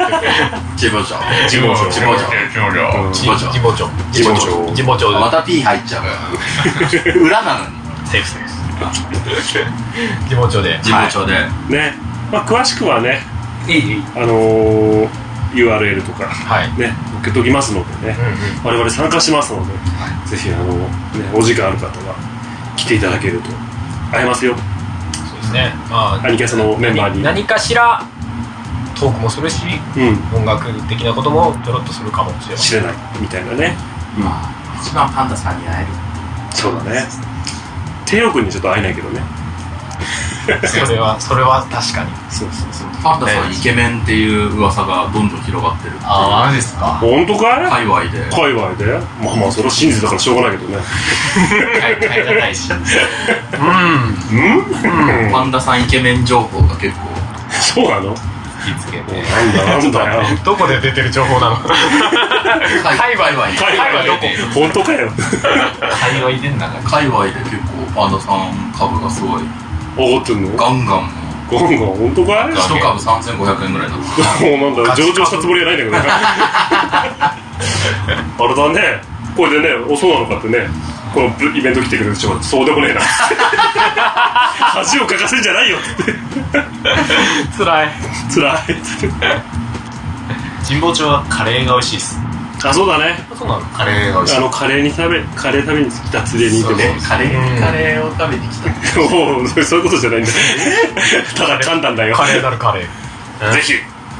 [SPEAKER 6] チボジョ
[SPEAKER 1] 神保町
[SPEAKER 6] チボジョチボジョチボジ
[SPEAKER 3] 神保町
[SPEAKER 1] 神保町
[SPEAKER 3] 神保町
[SPEAKER 6] ョまた P 入っちゃう裏なのに
[SPEAKER 3] セーフセーフ神保町で
[SPEAKER 6] 神保町で
[SPEAKER 1] ねまあ詳しくはね
[SPEAKER 3] いいいい
[SPEAKER 1] あのー URL とか
[SPEAKER 3] はい
[SPEAKER 1] ね載っけときますのでね
[SPEAKER 3] うんう
[SPEAKER 1] 我
[SPEAKER 3] ん
[SPEAKER 1] 々参加しますのでぜひあのねお時間ある方は来ていただけると会えますよ
[SPEAKER 3] そうですねまあ
[SPEAKER 1] アニキャスのメンバーに
[SPEAKER 3] 何何かしらトークもするし
[SPEAKER 1] うん
[SPEAKER 3] 音楽的なこともちょろっとするかもしれません
[SPEAKER 1] 知れないみたいなね
[SPEAKER 6] まあ一番パンダさんに会える
[SPEAKER 1] そうだねテヨ君にちょっと会えないけどね
[SPEAKER 3] それはそれは確かに
[SPEAKER 1] そうそうそう
[SPEAKER 6] パンダさんイケメンっていう噂がどんどん広がってる
[SPEAKER 5] ああマジですか
[SPEAKER 1] 本当かい、
[SPEAKER 6] 界隈で
[SPEAKER 1] 界隈でまあまあそれは真実だからしょうがないけど ね
[SPEAKER 5] 買い買いがないし
[SPEAKER 3] うん
[SPEAKER 1] うん、
[SPEAKER 6] パンダさんイケメン情報が結構
[SPEAKER 1] そうなの
[SPEAKER 3] 引きつけて
[SPEAKER 1] なんだなんだよ
[SPEAKER 3] どこで出てる情報なの
[SPEAKER 6] 界隈界
[SPEAKER 1] 界隈どこ本当かよ
[SPEAKER 5] 会話いでん中に
[SPEAKER 6] 界隈で結構パンダさん株がすごい
[SPEAKER 1] 怒ってんの
[SPEAKER 6] ガンガン
[SPEAKER 1] ゴンゴン本当かい
[SPEAKER 6] 一株3500円ぐらいだった
[SPEAKER 1] もうなんだ上場したつもりはないんだけ どねあれだねこれでねおそうなのかってねこのイベント来てくれる人がそうでもねえな恥をかかせんじゃないよって
[SPEAKER 3] つらい
[SPEAKER 1] 辛いっ
[SPEAKER 5] 神保町はカレーが美味しいです
[SPEAKER 1] てあそうだね
[SPEAKER 3] そうなの
[SPEAKER 5] カレーが美味し
[SPEAKER 1] あ
[SPEAKER 5] い
[SPEAKER 1] のカレーに食べカレー食べに来たついでに行ってね
[SPEAKER 6] カレ
[SPEAKER 3] うん
[SPEAKER 6] レーを食べてきた
[SPEAKER 1] おうそういうことじゃないんだただ簡単だよ
[SPEAKER 3] カレーなるカレー
[SPEAKER 1] ぜひ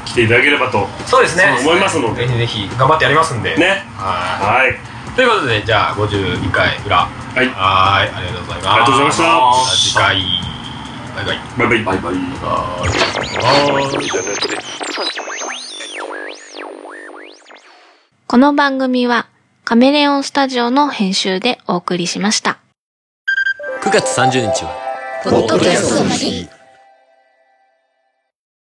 [SPEAKER 1] 来ていただければと
[SPEAKER 3] そうですね
[SPEAKER 1] 思いますので
[SPEAKER 3] ぜひぜひ頑張ってやりますんで
[SPEAKER 1] ね
[SPEAKER 3] は
[SPEAKER 1] は
[SPEAKER 3] い
[SPEAKER 1] い
[SPEAKER 3] ということでじゃあ52回裏はい
[SPEAKER 1] はい
[SPEAKER 3] はいありがとうございます
[SPEAKER 1] ありがとうございました
[SPEAKER 3] また次回バイバイ
[SPEAKER 1] バイバイ
[SPEAKER 6] バイバイ
[SPEAKER 1] 哦
[SPEAKER 8] この番組はカメレオンスタジオの編集でお送りしました。
[SPEAKER 9] 9月30日は
[SPEAKER 10] ポッドキャストの日